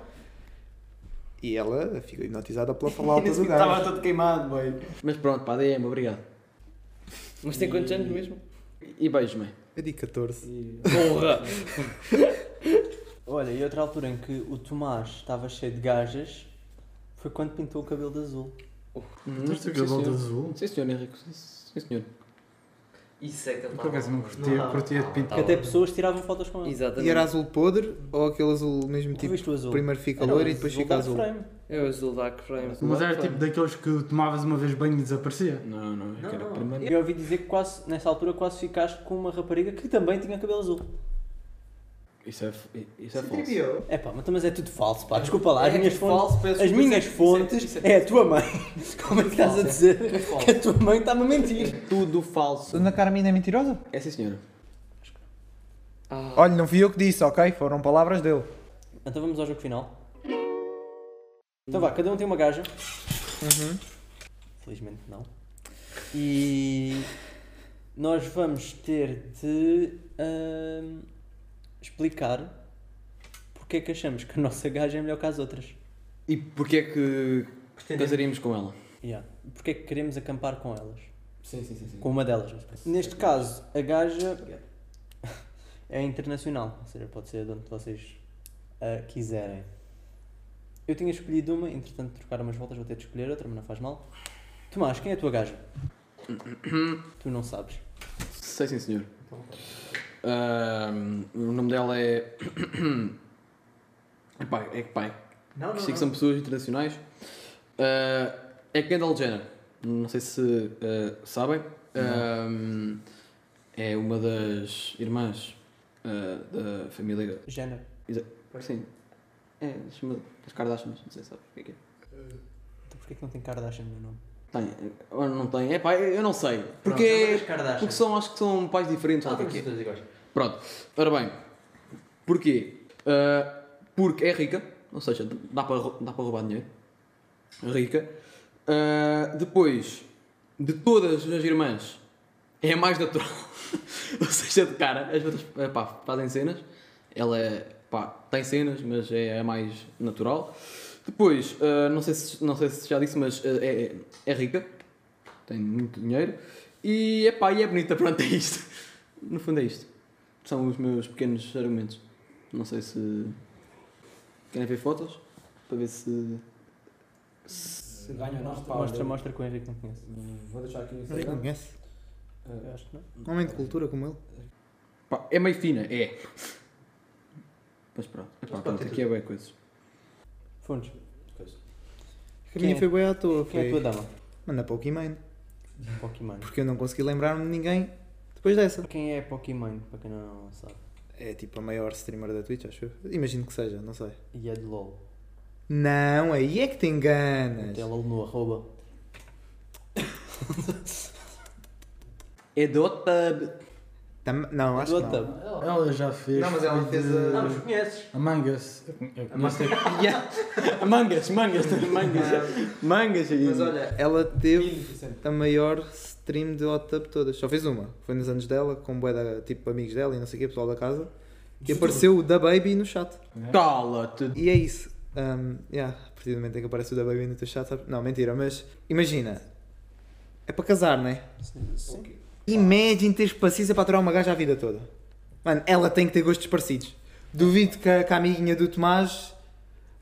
F: e ela ficou hipnotizada pela falauta do gajo.
D: Estava todo queimado, boy.
C: Mas pronto, pá, DM, obrigado.
G: Mas tem quantos anos mesmo?
C: E beijos, mãe.
F: Eu digo 14.
G: Porra!
E: Olha, e outra altura em que o Tomás estava cheio de gajas foi quando pintou o cabelo de azul.
C: Não
D: Estás cabelo de azul?
C: Sim, senhor Henrique. Sim, senhor.
G: Isso é que ele
A: Por acaso não curtia, curtia de
F: Tá
A: pintar.
E: que até pessoas tiravam fotos com ele.
G: Exatamente.
F: E era azul podre ou aquele azul mesmo
E: Tu
F: tipo?
E: viste o azul?
F: Primeiro fica
E: Era o
F: loiro e depois
E: azul
F: fica
E: dark
F: azul.
E: frame.
G: É o azul Dark Frame.
A: Mas era tipo daqueles que tomavas uma vez banho e desaparecia.
C: Não, não, é que era o primeiro.
E: Eu ouvi dizer que quase, nessa altura quase ficaste com uma rapariga que também tinha cabelo azul.
C: Isso é, isso é falso.
E: É pá, mas, mas é tudo falso, pá. Desculpa lá, as
G: É
E: minhas
G: tudo
E: fontes.
G: falso, peço
E: as
G: desculpa,
E: minhas
G: isso é-
E: fontes
G: isso é-
E: é a tua mãe. Como é que estás a dizer que a tua mãe está-me a mentir?
C: Tudo falso.
F: Dona Carmina é mentirosa?
C: É sim, senhora.
G: Ah,
F: Olha, não fui eu que disse, ok? Foram palavras dele.
E: Então vamos ao jogo final. Então vá, cada um tem uma gaja. Felizmente não. E nós vamos ter de ahm, explicar porque é que achamos que a nossa gaja é melhor que as outras.
C: E porquê é que casaríamos com ela?
E: Yeah. Porque é que queremos acampar com elas?
C: Sim, sim, sim.
E: Com uma delas. Neste caso, a gaja é internacional, ou seja, pode ser de onde vocês a quiserem. Eu tinha escolhido uma, entretanto, trocar umas voltas, vou ter de escolher outra, mas não faz mal. Tomás, quem é a tua gaja? tu não sabes.
C: Sei sim, senhor. Ahm, o nome dela é. Epá, é que pai.
E: Não,
C: Sei que são pessoas internacionais. Ah, é Kendall Jenner. Não sei se ah, sabem. Ahm, é uma das irmãs ah, da família.
E: Género.
C: Sim. É, chama as Kardashians. Não sei se sabes o que é que é.
E: Então porquê que não tem Kardashian no nome?
C: Tem, ou não tem. É pá, eu não sei. Porque.
E: então
C: é Porque são, acho que são pais diferentes. ou o que é
E: Ah,
C: que é. Pronto, ora bem, porquê? Ah, porque é rica, ou seja, dá para, rou- dá para roubar dinheiro. Rica. Ah, depois, de todas as irmãs, é a mais natural. ou seja, de cara, as outras eh, pá, fazem cenas. Ela é, pá, tem cenas, mas é a mais natural. Depois, ah, não, sei se, não sei se já disse, mas ah, é, é- é rica, tem muito dinheiro. E, epá, e é bonita, pronto, é isto. No fundo é isto. São os meus pequenos argumentos. Não sei se. Querem ver fotos? Para ver se.
B: Se ganha ou não, repara.
E: Mostra,
B: eu-
E: mostra que o Henrique não conhece.
B: Vou deixar aqui no
F: Nem
B: Instagram.
F: conhece.
E: Eu acho que não.
F: Um homem de cultura como ele.
C: Pá, é meio fina, é. Mas pronto, epá,
B: pode
C: pronto
B: ter
C: aqui é bem coisas.
E: Fontes,
F: A minha
E: é-
F: foi bem à toa.
E: quem é a
F: Foi...
E: tua dama?
F: Manda Pokémon.
E: Pokémon.
F: Porque eu não consegui lembrar-me de ninguém depois dessa.
E: Quem é Pokémon, para quem não sabe?
F: É tipo a maior streamer da Twitch, acho eu. Imagino que seja, não sei.
E: E é de LOL.
F: Não, aí é que te enganas.
E: Até LOL no arroba.
C: É Dota.
F: Tam- Tá, Não, acho que não.
A: Ela já fez.
F: Não, mas ela fez
A: de-
E: ah,
F: a-
E: conheces.
A: Among Us. Eu conheço
C: Mangas, mangas, mangas. mangas e.
F: Mas olha, ela teve a maior stream de hot tub todas. Só fez uma. Foi nos anos dela, com bué da- tipo amigos dela e não sei o que, pessoal da casa. E apareceu o da Baby no chat.
C: Cala-te.
F: E é isso. Um, yeah, a partir do momento em que aparece o da Baby no teu chat, sabe- não, mentira, mas imagina. É para casar, não é? Imagine teres paciência para aturar uma gaja a vida toda. Mano, ela tem que ter gostos parecidos. Duvido que a, que a amiguinha do Tomás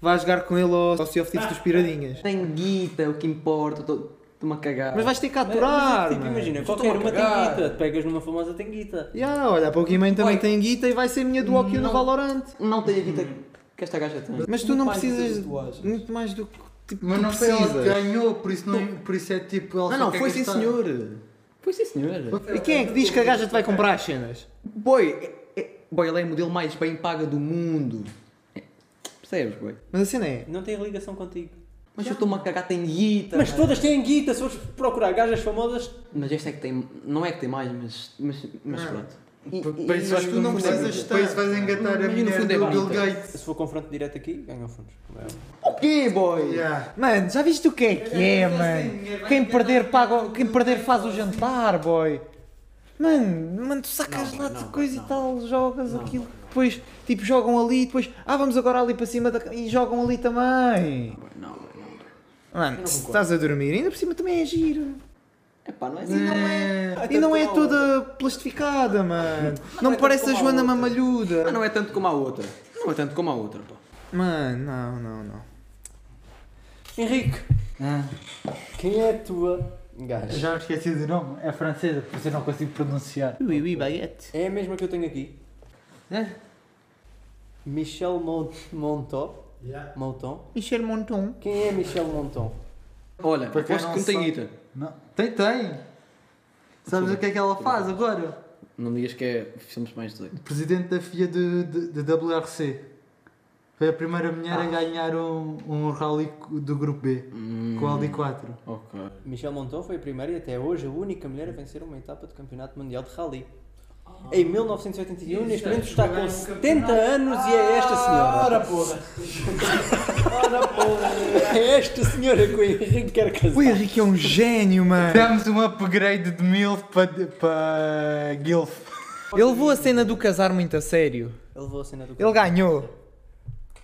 F: vá jogar com ele ao, ao Sea of Thieves dos Piradinhas.
C: Tem guita, o que importa, estou-me a
A: Ah,
C: cagar.
F: Mas vais ter que
E: Mas,
F: aturar,
E: mas é que, tipo,
F: mano.
E: imagina,
C: Estou
E: qualquer
C: a
E: uma tem
C: cagar.
E: guita. Pegas numa famosa tem guita.
F: Yeah, olha, a Pokémon também
C: Oi.
F: tem guita e vai ser minha do Okio no
C: Não.
F: Valorant.
C: Não tenho guita. que esta gaja tem.
F: Mas tu não
B: Pai,
F: precisas
B: tatuagens.
F: muito mais do que tipo,
A: Mas
F: tu
A: não foi ela que
F: precisas.
A: ganhou, por isso, não, por isso é tipo. Ela
C: Não,
A: só
C: Ah, não,
A: quer
C: foi sim
A: gastar.
C: senhor. Foi sim senhor.
F: E quem é que diz que a gaja te vai comprar as cenas?
C: Boy, é- é- boy, ela é a modelo mais bem paga do mundo. É, Percebes, boy?
F: Mas a cena é.
E: Não tem ligação contigo.
C: Mas eu estou-me a cagar, tem guita.
E: Mas
C: mano.
E: todas têm guita, se fores procurar gajas famosas.
C: Mas esta é que tem. Não é que tem mais, mas. Mas, mas pronto. E-
A: Para-
C: e-
A: Para
C: e
A: isso
C: no
A: acho que tu
C: fundo
A: não
C: é
A: precisas
C: bonita.
A: estar. Para isso vais engatar a
C: Mas no
A: mulher do
C: fundo é
A: Bill
C: bonita.
A: Gates.
E: Se for confronto direto aqui, ganham fundos. como é óbvio.
F: O quê, boy?
A: Yeah.
F: Mano, já viste o que é que é, mano? Quem perder paga, quem perder faz o jantar, boy. Mano, mano, tu sacas lá de coisa e tal, jogas aquilo, depois tipo jogam ali, depois ah vamos agora ali para cima da ca- e jogam ali também.
C: Não, não.
F: Mano, se estás a dormir, ainda por cima também é giro.
C: É pá, não é
F: E
C: assim.
F: não é,
B: Ah,
F: e não é
B: tanto como a
F: toda plastificada, mano. Não me
B: tanto
F: parece a
B: como a outra.
F: Joana
C: Ah,
F: Mamalhuda.
C: não é tanto como a outra. Não é tanto como a outra, pá.
F: Mano, não, não, não.
E: Henrique,
C: Ah.
E: quem é a tua gaja?
D: Já me esqueci do nome, é francesa, por isso eu não consigo pronunciar.
F: Ui, ui, baguete.
E: É a mesma que eu tenho aqui.
F: Né?
E: Michel Mon- Monton. Monton.
F: Michel Monton.
E: Quem é Michel Monton?
C: Olha,
A: Para quem
C: aposto
A: não
C: que não tem
A: sabe.
C: guita.
A: Não. Tem, tem. Sabes o que é que ela faz agora?
C: Não digas que é. Somos mais 18.
A: Presidente da FIA de, de, de WRC. Foi a primeira mulher a ganhar um, um rally do grupo B, com o Audi 4.
C: Hum, Ok.
E: Michel Monton foi a primeira e até hoje a única mulher a vencer uma etapa do Campeonato Mundial de Rally.
C: Ah.
E: Em 1981, neste momento está com
C: um
E: 70 anos e é esta senhora. Ora porra! Ora porra! É esta senhora que o Henrique quer
F: O
E: casar.
F: Henrique é um gênio, mano.
A: Damos um upgrade de MILF para para GILF.
F: Ele levou a cena do casar muito a sério.
E: Ele levou a cena do
F: Ele ganhou.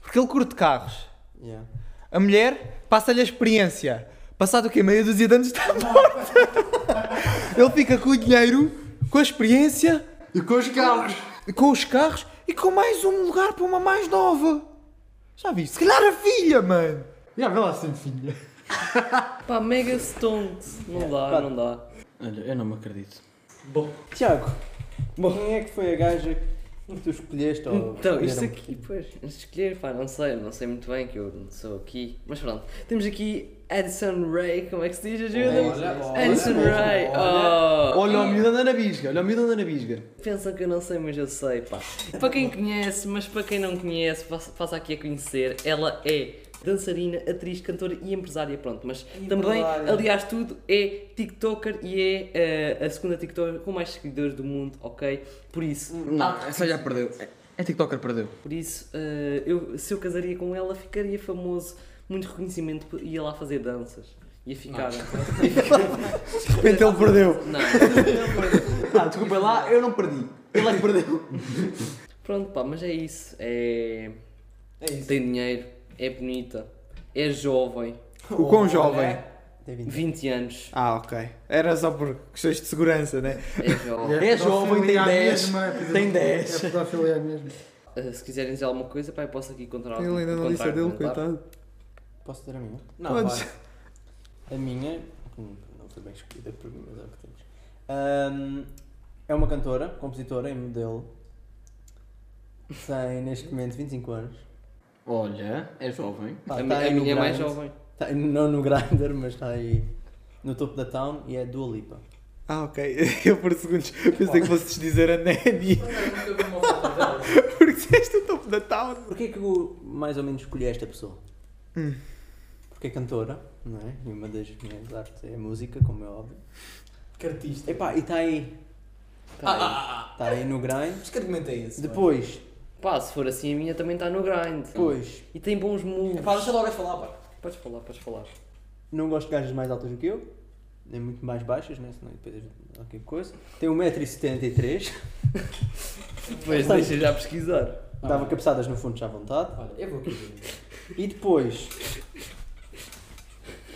F: Porque ele curte carros.
E: Yeah.
F: A mulher passa-lhe a experiência. Passado o quê? Meia dúzia de anos está morta. Ele fica com o dinheiro, com a experiência,
A: E com os carros.
F: com os carros e com mais um lugar para uma mais nova. Já vi? Se calhar a filha, mano.
A: Já vê lá sem filha.
G: Pá, mega stoned.
F: É,
G: Não dá, não dá.
C: Olha, eu não me acredito.
E: Tiago, quem é que foi a gaja que tu escolheste? Ou
G: Então, isto
E: escolheram?
G: aqui, pois, mas escolher, pá, não sei, não sei muito bem que eu não sou aqui. Mas pronto, temos aqui Edison Ray, como é que se diz? Ajuda-me. Edison Ray. Oh.
C: Olha o miúdo anda na bisga, olha o miúdo anda na bisga.
G: Pensam que eu não sei, mas eu sei, pá. Para quem conhece, mas para quem não conhece, passa passa aqui a conhecer. Ela é dançarina, atriz, cantora e empresária, pronto. Mas também, aliás, tudo é TikToker e é eh, a segunda TikToker com mais seguidores do mundo, ok? Por isso,
C: Não, essa já perdeu. É- É TikToker, perdeu.
G: por isso eh, eu, se eu casaria com ela, ficaria famoso, muito reconhecimento, ia lá fazer danças. Ia
B: Ah.
G: ficar.
F: De repente ele perdeu.
G: não.
C: Ah, desculpa lá, eu não perdi. Ele é que perdeu.
G: Pronto, pá, mas é isso. É. Tem dinheiro, é bonita, é jovem,
F: O quão jovem.
E: Tem 20.
G: 20 anos,
F: Ah, ok. Era só por questões de segurança, né?
G: é jovem.
C: É jovem, tem
A: pedofilia à
C: 10,
A: mesma, é
C: tem
A: pedofilia-
C: 10.
A: É pedofilia mesmo.
G: Uh, se quiserem dizer alguma coisa, pá, eu posso aqui encontrar
F: Ele ainda não disse a dele, coitado.
E: Posso ter a minha?
C: Não,
F: Podes.
C: vai.
E: A minha, hum, não foi bem escolhida por mim, mas é o que temos. Ahm, é uma cantora, compositora e modelo. Tem neste momento 25 anos.
C: Olha, é jovem.
E: Pá,
G: a, mi-
E: tá aí
G: a
E: no
G: minha é mais
E: grind.
G: jovem.
E: Tá, não no grinder, mas está aí no topo da town e é Dua Lipa.
F: Ah, ok. Eu por segundos pensei que fosses dizer a Nelly. Porque disseste o topo da town.
E: Porquê que eu mais ou menos escolhi esta pessoa?
F: Hum.
E: Porque é cantora, não é? E uma das minhas artes é a música, como é óbvio.
B: Que artista. Ah,
E: Epá, e está aí. Está aí. Tá aí no grind.
B: Mas que argumento é esse?
E: Depois,
G: Pá, se for assim, a minha também está no grind.
E: depois,
G: E tem bons
B: mano?
G: moves.
B: É pá, deixa logo a falar, pá.
G: Podes falar, podes falar.
E: Não gosto de gajas mais altas do que eu, nem muito mais baixas, né? senão depois é qualquer coisa. Tem 1,73m,
G: Depois deixa já pesquisar.
B: Ah.
E: dava cabeçadas no fundo já à vontade.
B: Olha, eu vou aqui ver.
E: E depois.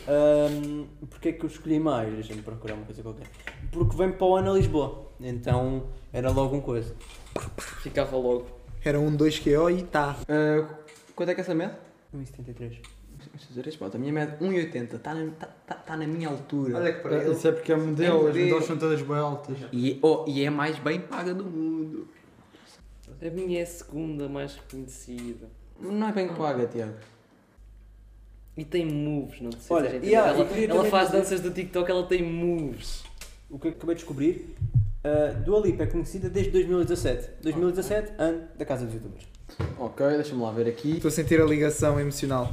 E: hum, porque é que eu escolhi mais? Deixa-me procurar uma coisa qualquer. Porque vem para o ano a Lisboa, então era logo um coisa.
G: Ficava logo.
F: Era um 2QO e tá.
C: Ah, quanto é que essa mede?
E: 1,73m.
C: Deixa eu dizer isto, pá, a minha é mede 1,80. Está na, tá, tá, tá na minha altura.
A: Olha que para Isso é porque é modelo, as modelos são todas bem altas.
C: E, oh, e é a mais bem paga do mundo.
G: A minha é a segunda mais reconhecida.
C: Não é bem que paga, Tiago.
G: E tem moves, não sei
E: Olha,
G: se a gente
E: e há-
G: entende.
E: e queria
G: ela, ela
E: também
G: faz
E: dizer-
G: danças do TikTok, ela tem moves.
E: O que eu acabei de descobrir, a Dua Lipa é conhecida desde 2017. 2017, ano da Casa dos Youtubers.
C: Ok, deixa-me lá ver aqui.
H: Estou a sentir a ligação emocional.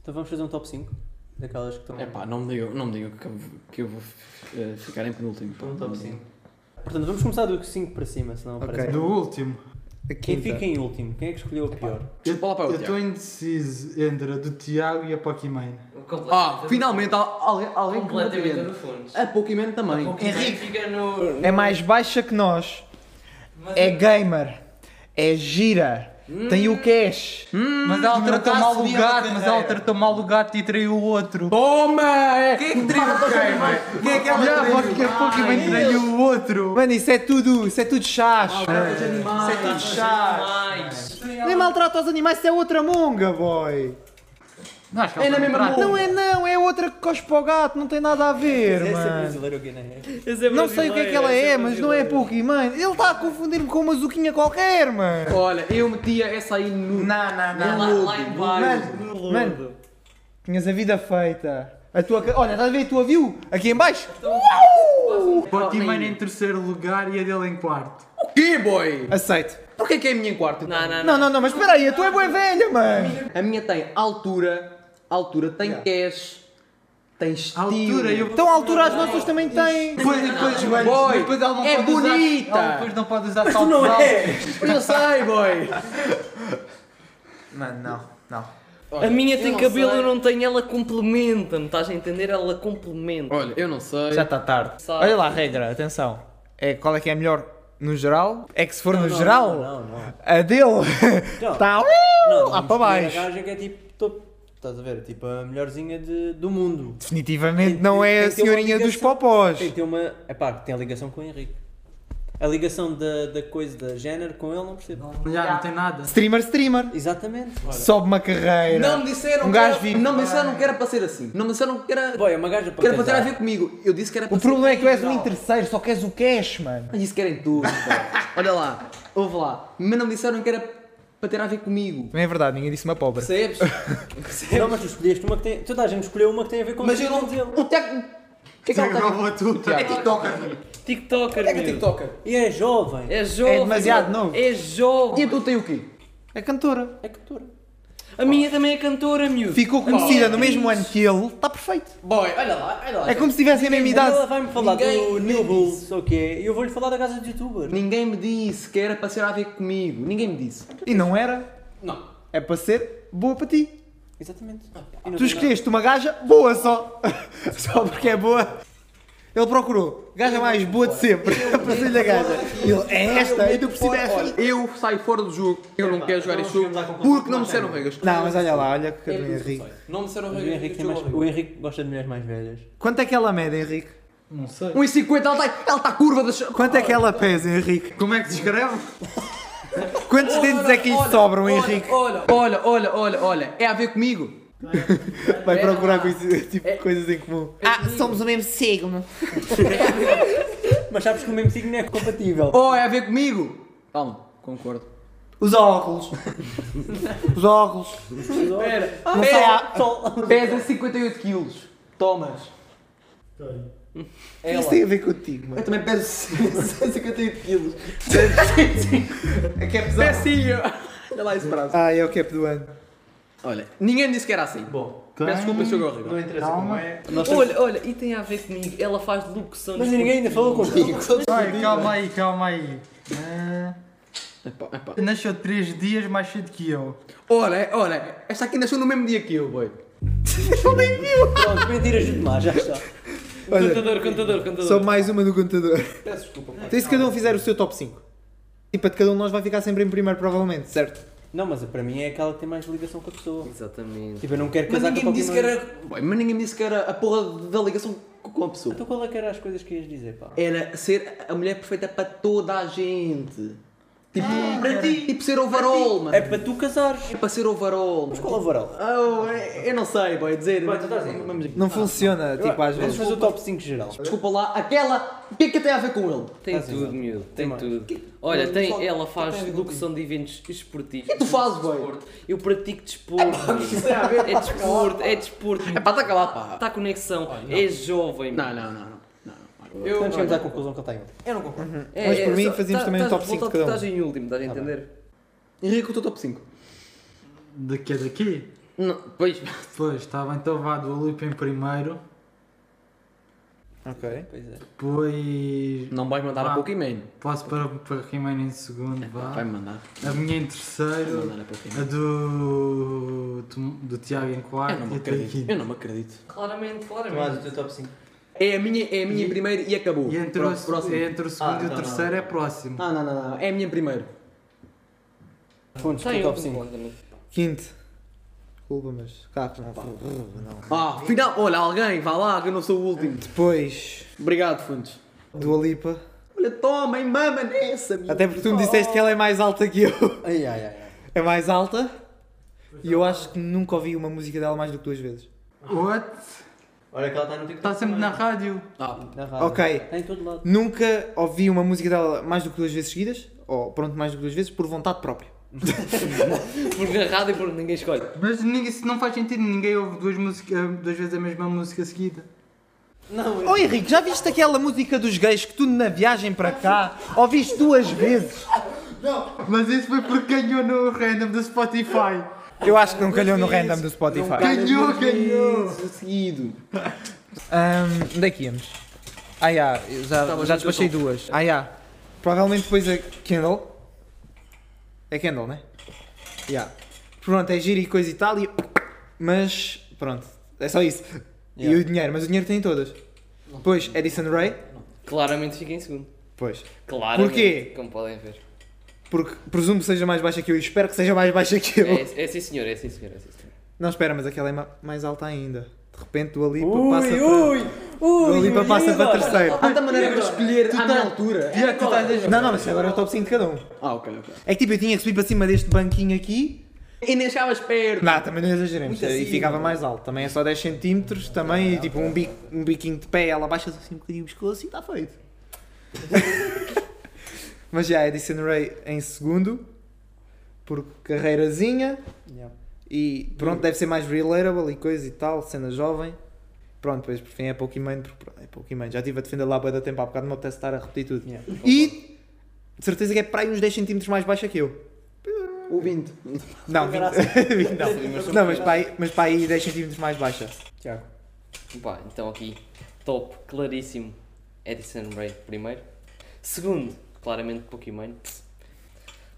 E: Então vamos fazer um top 5 daquelas que estão.
C: É pá, não me digam, não me digam que, eu, que eu vou eh, ficar em penúltimo. pá.
E: Um
C: Não
E: top
C: me digam.
E: 5. Portanto, vamos começar do 5 para cima, senão
H: Ok.
E: aparece.
D: Do último.
H: A
E: Quem
H: quinta.
E: fica em último? Quem é que escolheu a pior?
C: Deixa-me falar para o
D: Eu
C: Tiago.
D: estou indeciso entre a do Tiago e a Pokémon.
C: Ah, finalmente al- alguém, alguém que
G: Completamente
C: compreende.
G: no fundo.
C: A Pokémon também.
G: Henrique fica no.
F: É mais baixa que nós. É gamer. É gira.
C: Hum.
F: Tem o cash.
D: mas ela tratou mal o
F: sabia
D: gato,
F: da
D: mas
F: carreira.
D: ela tratou mal o gato e traiu o outro.
C: Toma! É-
D: Quem é que ela
A: Ah,
D: traiu? Porque a Pokémon traiu o outro.
F: Mano, isso é tudo. Isso é tudo chás.
G: Mais.
F: Nem maltrata os animais, isso é outra monga, boy.
D: Não, acho que ela foi comprada.
F: Não é não, é outra que cospe para o gato, não tem nada a ver,
E: Deve
D: é
E: ser
F: mano.
E: brasileiro ou Guiné.
G: Esse é
F: Não sei o que é que ela
G: brasileiro,
F: é,
G: esse
F: mas não é Pokémon. Ele está a confundir-me com uma zuquinha qualquer, mano.
C: Olha, eu metia essa aí no.
D: Não, não, não.
G: Lá, lá em baixo. no lodo.
F: Mano, tinhas a vida feita. A tua ca- Olha, estás a ver a tua view? Aqui em baixo?
D: Então, Pokémon em terceiro lugar e a dele em quarto.
C: Que boy!
F: Aceito.
C: Porquê que é a minha em quarto?
G: Não, não, não.
F: Não, não, não, mas espera aí, a tua é boa velha, mano.
C: A minha tem altura, altura, tem cash, tem estilo.
D: Altura, eu...
F: Então a altura as nossas também têm.
D: Depois, depois, joelhos,
C: Ah, Boy,
D: depois ela não
C: é
D: pode usar-
C: bonita.
D: ela depois não pode usar salto não é.
C: Eu sei, boy!
F: Mano, não, não.
G: A minha tem
C: não
G: cabelo,
C: sei.
G: eu não tenho, ela complementa-me, estás a entender? Ela complementa.
C: Olha, eu não sei.
F: Já está tarde.
G: Sabe.
F: Olha lá a regra, atenção. É, qual é que é a melhor no geral? É que se for no
E: não,
F: geral, Tá.
E: Não, Tá. não, não. Então,
F: a dele
E: Não.
F: está
E: Não,
F: lá para
E: vamos escolher
F: baixo.
E: A gaja que é tipo top. Estás a ver? Tipo a melhorzinha de, do mundo.
F: Definitivamente
E: Tem-
F: não é a
E: tem que ter uma
F: senhorinha dos
E: ligação.
F: popós.
E: Tem, tem uma. É pá, que tem a ligação com o Henrique. A ligação da, da coisa da género com ele não percebo.
D: Já, não tem nada.
F: Streamer, streamer.
E: Exatamente. Olha.
F: Sobe uma carreira.
C: Não me disseram
F: Um
C: que
F: gajo
C: era-
F: vivo.
C: Não me disseram que era para ser assim. Não me disseram que era,
E: Boy, é uma gaja para
C: que era para ter
E: casar.
C: a ver comigo. Eu disse que era para
F: O
C: ser-
F: problema é que tu és um interesseiro, só queres o cash, mano.
C: Mas isso querem tudo, pá. Olha lá, ouve lá. Mas não me disseram que era para ter a ver comigo.
F: Não é verdade, ninguém disse uma pobre.
C: Percebes?
E: Não, mas tu escolheste uma que tem. Toda a gente escolheu uma que tem a ver com
C: Mas
E: o
C: eu não.
E: dele.
C: O técnico. O que é que ele tem?
D: É TikToker.
G: TikToker,
C: É que é
G: meu.
C: TikToker.
E: E é jovem.
G: É jovem.
F: demasiado novo.
G: É jovem.
C: E tu tem o quê?
F: É cantora.
E: É cantora.
G: A minha também é cantora, miúdo.
F: Ficou conhecida no mesmo ano que ele, está perfeito.
C: Boy, olha lá, olha lá.
F: É como se tivessem a mesma
E: Ela
F: idade.
E: vai-me falar
C: Ninguém
E: do
C: me
E: New Bulls, ok? E eu vou-lhe falar da casa de youtuber.
C: Ninguém me disse que era para ser a ver comigo. Ninguém me disse.
F: E não era.
C: Não.
F: É para ser boa para ti.
E: Exatamente.
F: Tu escolheste uma gaja boa só. Só porque é boa. Ele procurou. Gaja mais boa de sempre. Para ser a gaja. Ele é esta. E tu percebes esta.
C: Eu saio fora do jogo. Eu não quero então jogar este jogo porque não me disseram regras.
F: Não, mas olha lá, olha que cabelo Henrique.
C: Não me disseram
E: Mas o Henrique, tem mais- o Henrique gosta de mulheres mais velhas.
F: Quanto é que ela mede, Henrique?
C: 1,50, ela está ela tá curva das.
F: Quanto é que ela pesa, Henrique?
D: Como é que descreve?
F: Quantos dentes é que lhe sobram,
C: olha,
F: Henrique?
C: Olha, olha, olha, olha, olha. É a ver comigo.
F: Vai procurar coisas, tipo, coisas em comum. Ah, somos o mesmo signo.
E: Mas sabes que o mesmo signo é compatível.
C: Oh, é a ver comigo. Calma, concordo.
F: Os óculos. Os óculos.
G: Espera.
E: É.
F: Não sei há-
C: Pesa 58 quilos. Tomas.
F: Isso tem a ver contigo, mano.
C: Eu também peso 58 quilos.
F: É que é pesado.
C: Pecinho. Olha lá esse braço.
F: Ah, é o cap do ano.
C: Olha, ninguém me disse que era assim. Bom, peço desculpa se eu gorro.
D: Não interessa como é.
G: Olha, olha, e tem a ver comigo. Ela faz locução.
E: Mas
G: de-
E: ninguém ainda falou contigo.
D: Ai, calma aí, calma aí. Ah,
C: Epá, epá.
D: Nasceu 3 dias mais cedo que eu.
C: Olha, olha, esta aqui nasceu no mesmo dia que eu, boy.
E: Pronto, mentiras demais, já está.
F: Olha,
G: Contador, contador, contador.
F: só mais uma no contador. Peço desculpa. Então e se cada um fizer o seu top 5? Tipo, a de cada um de nós vai ficar sempre em primeiro, provavelmente, certo?
E: Não, mas para mim é aquela que tem mais ligação com a pessoa.
G: Exatamente.
E: Tipo, eu não quero
C: Mas
E: casar
C: ninguém
E: com
C: me
E: a
C: disse que era. Boy, mas ninguém me disse que era a porra da ligação co- com a pessoa.
E: Então qual é que era as coisas que ias dizer, pá?
C: Era ser a mulher perfeita para toda a gente. Tipo, para ti. Tipo ser overall, mano.
E: É para tu casares.
C: É para ser overall.
E: Mas qual é o varal?
C: Oh, eu, eu não sei, boy, dizer.
E: Vamos aqui.
F: Não funciona, tipo, às
E: Vamos
F: vezes.
E: fazer o top 5 geral.
C: Desculpa lá, aquela. O que é que tem a ver com ele?
G: Tem
E: Faz
G: tudo,
E: isso.
G: miúdo, tem,
E: mais.
G: tudo. Olha, tem,
C: só-
G: ela
C: só
G: faz
C: tem a ver
G: locução de eventos esportivos.
C: E tu fazes, boy?
G: Desporto. Eu pratico desporto. É desporto, é desporto.
C: É para estar lá, pá.
G: Está conexão, é jovem.
C: Não, não, não, não. não.
E: Então chegamos à conclusão que ele está em
C: eu não concordo.
G: É,
F: Mas
G: é,
F: por mim
G: só-
F: fazíamos
G: tá-
F: também um
G: estás-
F: top cinco de
G: volta-
F: cada um.
G: Estás em último, estás a entender?
C: Henrique, o teu top 5.
A: De que é daqui?
G: Não, pois.
A: Pois, estava então vá do Lipa em primeiro,
F: Ok.
A: depois
C: Não vais mandar
A: Vá.
C: a Pokémon.
A: passo para, para He-Man em segundo, vá.
C: Vai mandar.
A: A minha em
C: Vai
A: terceiro,
C: mandar a Pokémon.
A: a do, do Tiago em
C: Ah, Eu
A: quarto
C: não
A: e
C: me
A: a tua em
C: acredito. Eu
A: quinto.
C: não me acredito.
G: Claramente,
E: último. Mais o
G: claramente.
E: teu top 5.
C: É a minha, é a minha
A: E-
C: primeira e é- acabou.
A: E entre
C: Pró-
A: o,
C: próximo.
A: e entre o segundo
E: Ah,
A: e o
E: não, não. Tá.
A: terceiro é próximo.
E: Ah,
C: Não, não, não, não. É a minha primeiro.
E: Fontes,
G: Tem
E: teu
G: um
E: top 5.
F: Quinto. Desculpa, mas. Cá, não, não.
C: Ah, final. Olha, alguém, vá lá, que eu não sou o último.
F: Depois,
C: Obrigado, Fontes.
F: do Alipa.
C: Olha, toma e mama nessa, meu.
F: Até porque tu me disseste que ela é mais alta que eu.
E: Ai, ai, ai. ai.
F: É mais alta. E eu acho que nunca ouvi uma música dela mais do que duas vezes.
A: What?
E: Olha que ela está no TikTok.
A: Está sempre na rádio.
C: Ah,
E: Na rádio.
F: Ok.
E: Está Tá em todo lado.
F: Nunca ouvi uma música dela mais do que duas vezes seguidas. Ou pronto, mais do que duas vezes, por vontade própria.
G: Porque a rádio, porque ninguém escolhe.
A: Mas ninguém, isso não faz sentido, ninguém ouve duas, música, eh, duas vezes a mesma música seguida.
E: Não,
F: Oh Henrique, já viste aquela música dos gays que tu na viagem para cá ouviste duas vezes?
A: Mas isso foi porque ganhou no random do Spotify.
F: Eu acho que não calhou no random do
E: Tá
F: Spotify.
A: Ganhou, ganhou!
C: seguido.
F: Ahm, onde é que íamos? Ah, já, eu já,
C: Estavas
F: já
C: no
F: despachei duas. Ah, já. Provavelmente depois a Kendall. É Kendall, né? Já. Pronto, é giro e coisa e tal. E... Mas, pronto, é só isso. E o dinheiro, mas o dinheiro tem em todas. Depois, Edison Ray.
G: Claramente fica em segundo.
F: Pois.
G: Claramente.
F: Porquê?
G: Como podem ver.
F: Porque presumo que seja mais baixa que eu e espero que seja mais baixa que eu.
G: É, é sim senhor, é sim senhor, é sim senhor.
F: Não, espera, mas aquela é ma- mais alta ainda. De repente, do Alipa passa
E: Ui,
F: para...
E: ui, ui.
F: do Alipa passa para
E: miúdo.
F: terceiro.
C: Há da maneira de escolher à minha Tipo altura.
A: E é que tu estás a
F: Não, não, mas agora é o top 5 de cada um.
C: Ah, ok, ok.
F: É que tipo, eu tinha que subir para cima deste banquinho aqui.
C: E nem achavas perto.
F: Não, também não exageremos. e ficava mais alto. Também é só 10 cm também. e tipo, um, bico, um biquinho de pé, ela baixa assim um bocadinho o pescoço e está feito. mas já, Edison Ray em segundo. Por carreirazinha.
E: Yeah.
F: E pronto, deve ser mais relatable e coisa e tal, cena jovem. Pronto, depois por fim é Pokémon, porque pronto, é Pokémon. Já estive a defender lá bué da tempo há bocado, não me apetece estar a repetir tudo.
E: Yeah.
F: E de certeza que é para aí uns 10 cm mais baixa que eu.
C: O 20.
F: Não, 20, 20 não. Não, mas para aí, mas para aí 10 cm mais baixa.
E: Tiago.
G: Pá, então aqui, top, claríssimo, Edison Ray primeiro. Segundo, claramente Pokémon.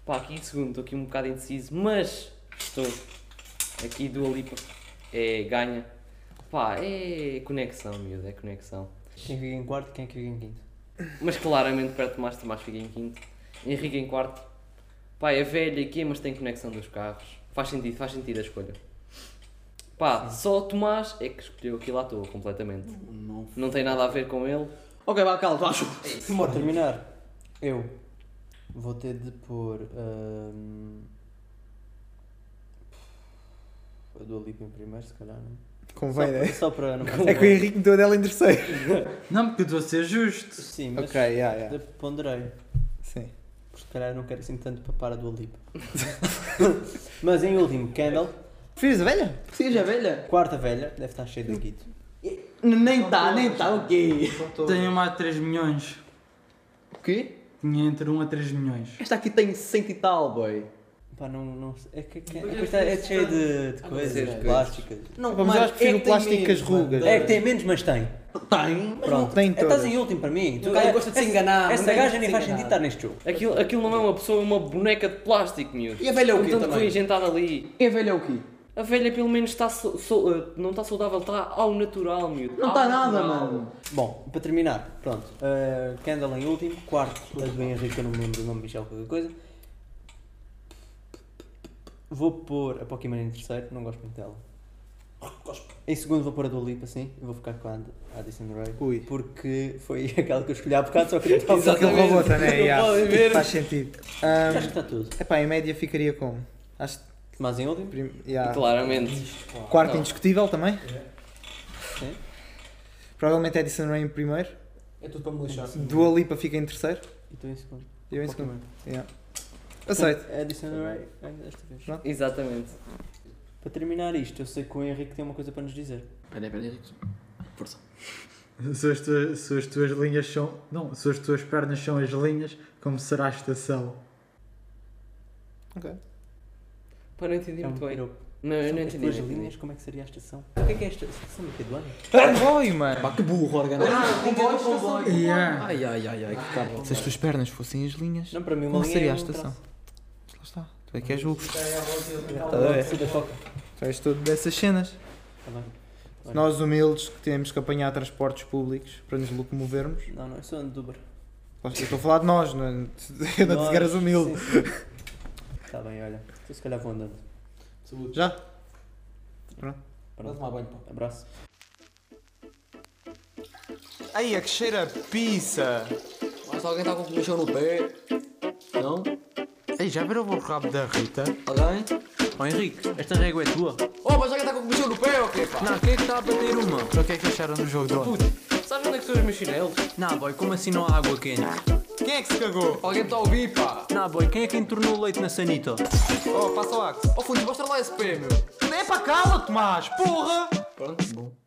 G: Pá, aqui segundo, estou aqui um bocado indeciso, mas estou. Aqui Dua Lipa é ganha. Pá, é conexão, miúdo, é conexão.
E: Quem fica em quarto, quem fica em quinto?
G: Mas claramente perto de mais Tomás fica em quinto. Henrique em quarto. Pá, é velho aqui, mas tem conexão dos carros. Faz sentido, faz sentido a escolha. Pá, só o Tomás é que escolheu aquilo à toa completamente.
C: Não.
G: Não tem nada a ver com ele.
C: Ok, vá, cala, tu acho.
E: Para terminar, eu vou ter de pôr hum, a Dua Lipa em primeiro, se calhar, não? é?
F: Convém,
E: só,
F: né?
E: para, só para não
F: É que o Henrique meteu dela em terceiro.
A: Não, porque eu estou a ser justo.
E: Sim, mas
F: Ok, yeah, yeah.
E: de- ponderei,
F: Sim.
E: porque se calhar eu não quero assim tanto papar a Dua Lipa. mas em último, Kendall,
F: Filhos da velha?
C: Seja velha.
E: quarta velha, deve estar cheia de guito.
C: Nem tá, nem tá, ok.
A: Tenho uma a 3 milhões.
C: O quê?
A: Tinha entre 1 a 3 milhões.
C: Esta aqui tem 100 e tal, boy.
E: Pá, não, não sei. É que, que- é, que está- é cheia de, de coisas né?
G: coisas.
E: plásticas.
C: Não,
F: Vamos, eu acho que prefiro plástico que as rugas.
E: É que tem menos, mas tem.
C: Tem.
E: Pronto,
F: tem
E: É, estás
F: todas.
E: em último para mim. Tu
C: Não,
E: cara-
C: eu gosto de se
E: essa-
C: enganar, não
E: Essa
C: tem
E: gaja
C: de
E: nem
C: se
E: faz
C: enganar.
E: sentido estar neste jogo.
G: Aquilo, aquilo não é uma pessoa, é uma boneca de plástico, miúdo.
C: E a velha é o quê
G: Tanto que
C: também?
G: foi injetada ali.
C: E a velha é o quê?
G: A velha pelo menos está so- so- eh, não está saudável, está ao natural, miúdo.
C: Não
G: Ao
C: tá nada,
G: natural.
C: mano.
E: Bom, para terminar, pronto. Uh, Kendall em último, quarto, a do Henrique, eu não me lembro do nome, Michel, qualquer coisa. Vou pôr a Pokémon em terceiro, não gosto muito dela. Gosto. Em segundo vou pôr a Dua Lipa, sim. Eu vou ficar com a Ad- Addison Rae.
F: Ui.
E: Porque foi aquela que eu escolhi há bocado, só que não estava
F: Só que ele roubou também,
G: Não
F: yeah. Tipo,
G: podem ver.
F: faz sentido. Ahm,
E: Acho que está tudo.
F: epá, em média ficaria como? Acho que
E: Mas em ordem?
F: prim- yeah.
G: Claramente.
F: quarto
G: Não.
F: indiscutível também.
E: É.
I: É.
E: Sim.
F: Provavelmente Edison Ray em primeiro.
B: É tudo para me lixar.
F: Dua Lipa fica em terceiro.
E: E tu Então em segundo.
F: E eu em segundo.
E: Portanto,
F: Yeah. Aceito.
E: Addison Rae, é desta vez.
G: Exatamente.
E: Para terminar isto, eu sei que o Henrique tem uma coisa para nos dizer.
C: Peraí, peraí, Henrique. Força.
D: Se as, tuas, se as tuas linhas são. Não, se as tuas pernas são as linhas, como será a estação?
G: Pá, não entendi
E: É um
G: muito bem.
E: piropo.
G: Não, eu
E: São
G: não
E: as
G: entendi.
E: duas
G: não
E: linhas,
G: entendi.
E: como é que seria a estação? O que é que é esta estação do quê? Do ano?
F: Comboio, mano.
C: Pá, que burro, organizado.
D: Yeah.
C: Ai, ai, ai, ai, que caro.
I: Se as tuas pernas fossem as linhas,
E: Não, para mim uma
I: como
E: linha
I: seria
E: é
I: a
E: um
I: estação?
E: traço.
I: Lá está. Tu é que és o.
F: Tá a ver?
E: Sim, da foca.
F: Tu és todo dessas cenas.
E: Tá bem.
F: Nós humildes que temos que apanhar transportes públicos para nos locomovermos.
E: Não, não, eu sou do Uber.
F: Eu estou a falar de nós, não, é? eu não te
E: Nós-
F: sequer és humilde.
E: sim, sim. Tá bem, olha. Tu se calhar vou andando.
B: Saúde.
F: Já?
B: Vai tomar banho, pá.
E: Abraço.
I: Ai, é que cheira a pizza!
B: Mas alguém está com o lixão no pé. Não?
I: Ei, já viram o rabo da Rita?
B: Alguém?
C: Ó, Henrique, esta régua é tua.
B: Oh, mas alguém está com o lixão no pé ou quê, pá?
I: Não, quem é que está
C: tá
I: a bater uma? O que é que acharam do jogo de ontem?
B: Sabes onde é que estão os meus chinelos?
C: Não, boy, como assim não há água quente?
I: Quem é que se cagou?
B: Alguém está a ouvir, pá.
C: Não, boy, quem é que entornou o leite na sanita?
I: Oh, passa o axe.
B: Oh, Fundo, mostra lá esse pé, meu.
I: É para cala, Tomás! Porra!
B: Pronto, bom.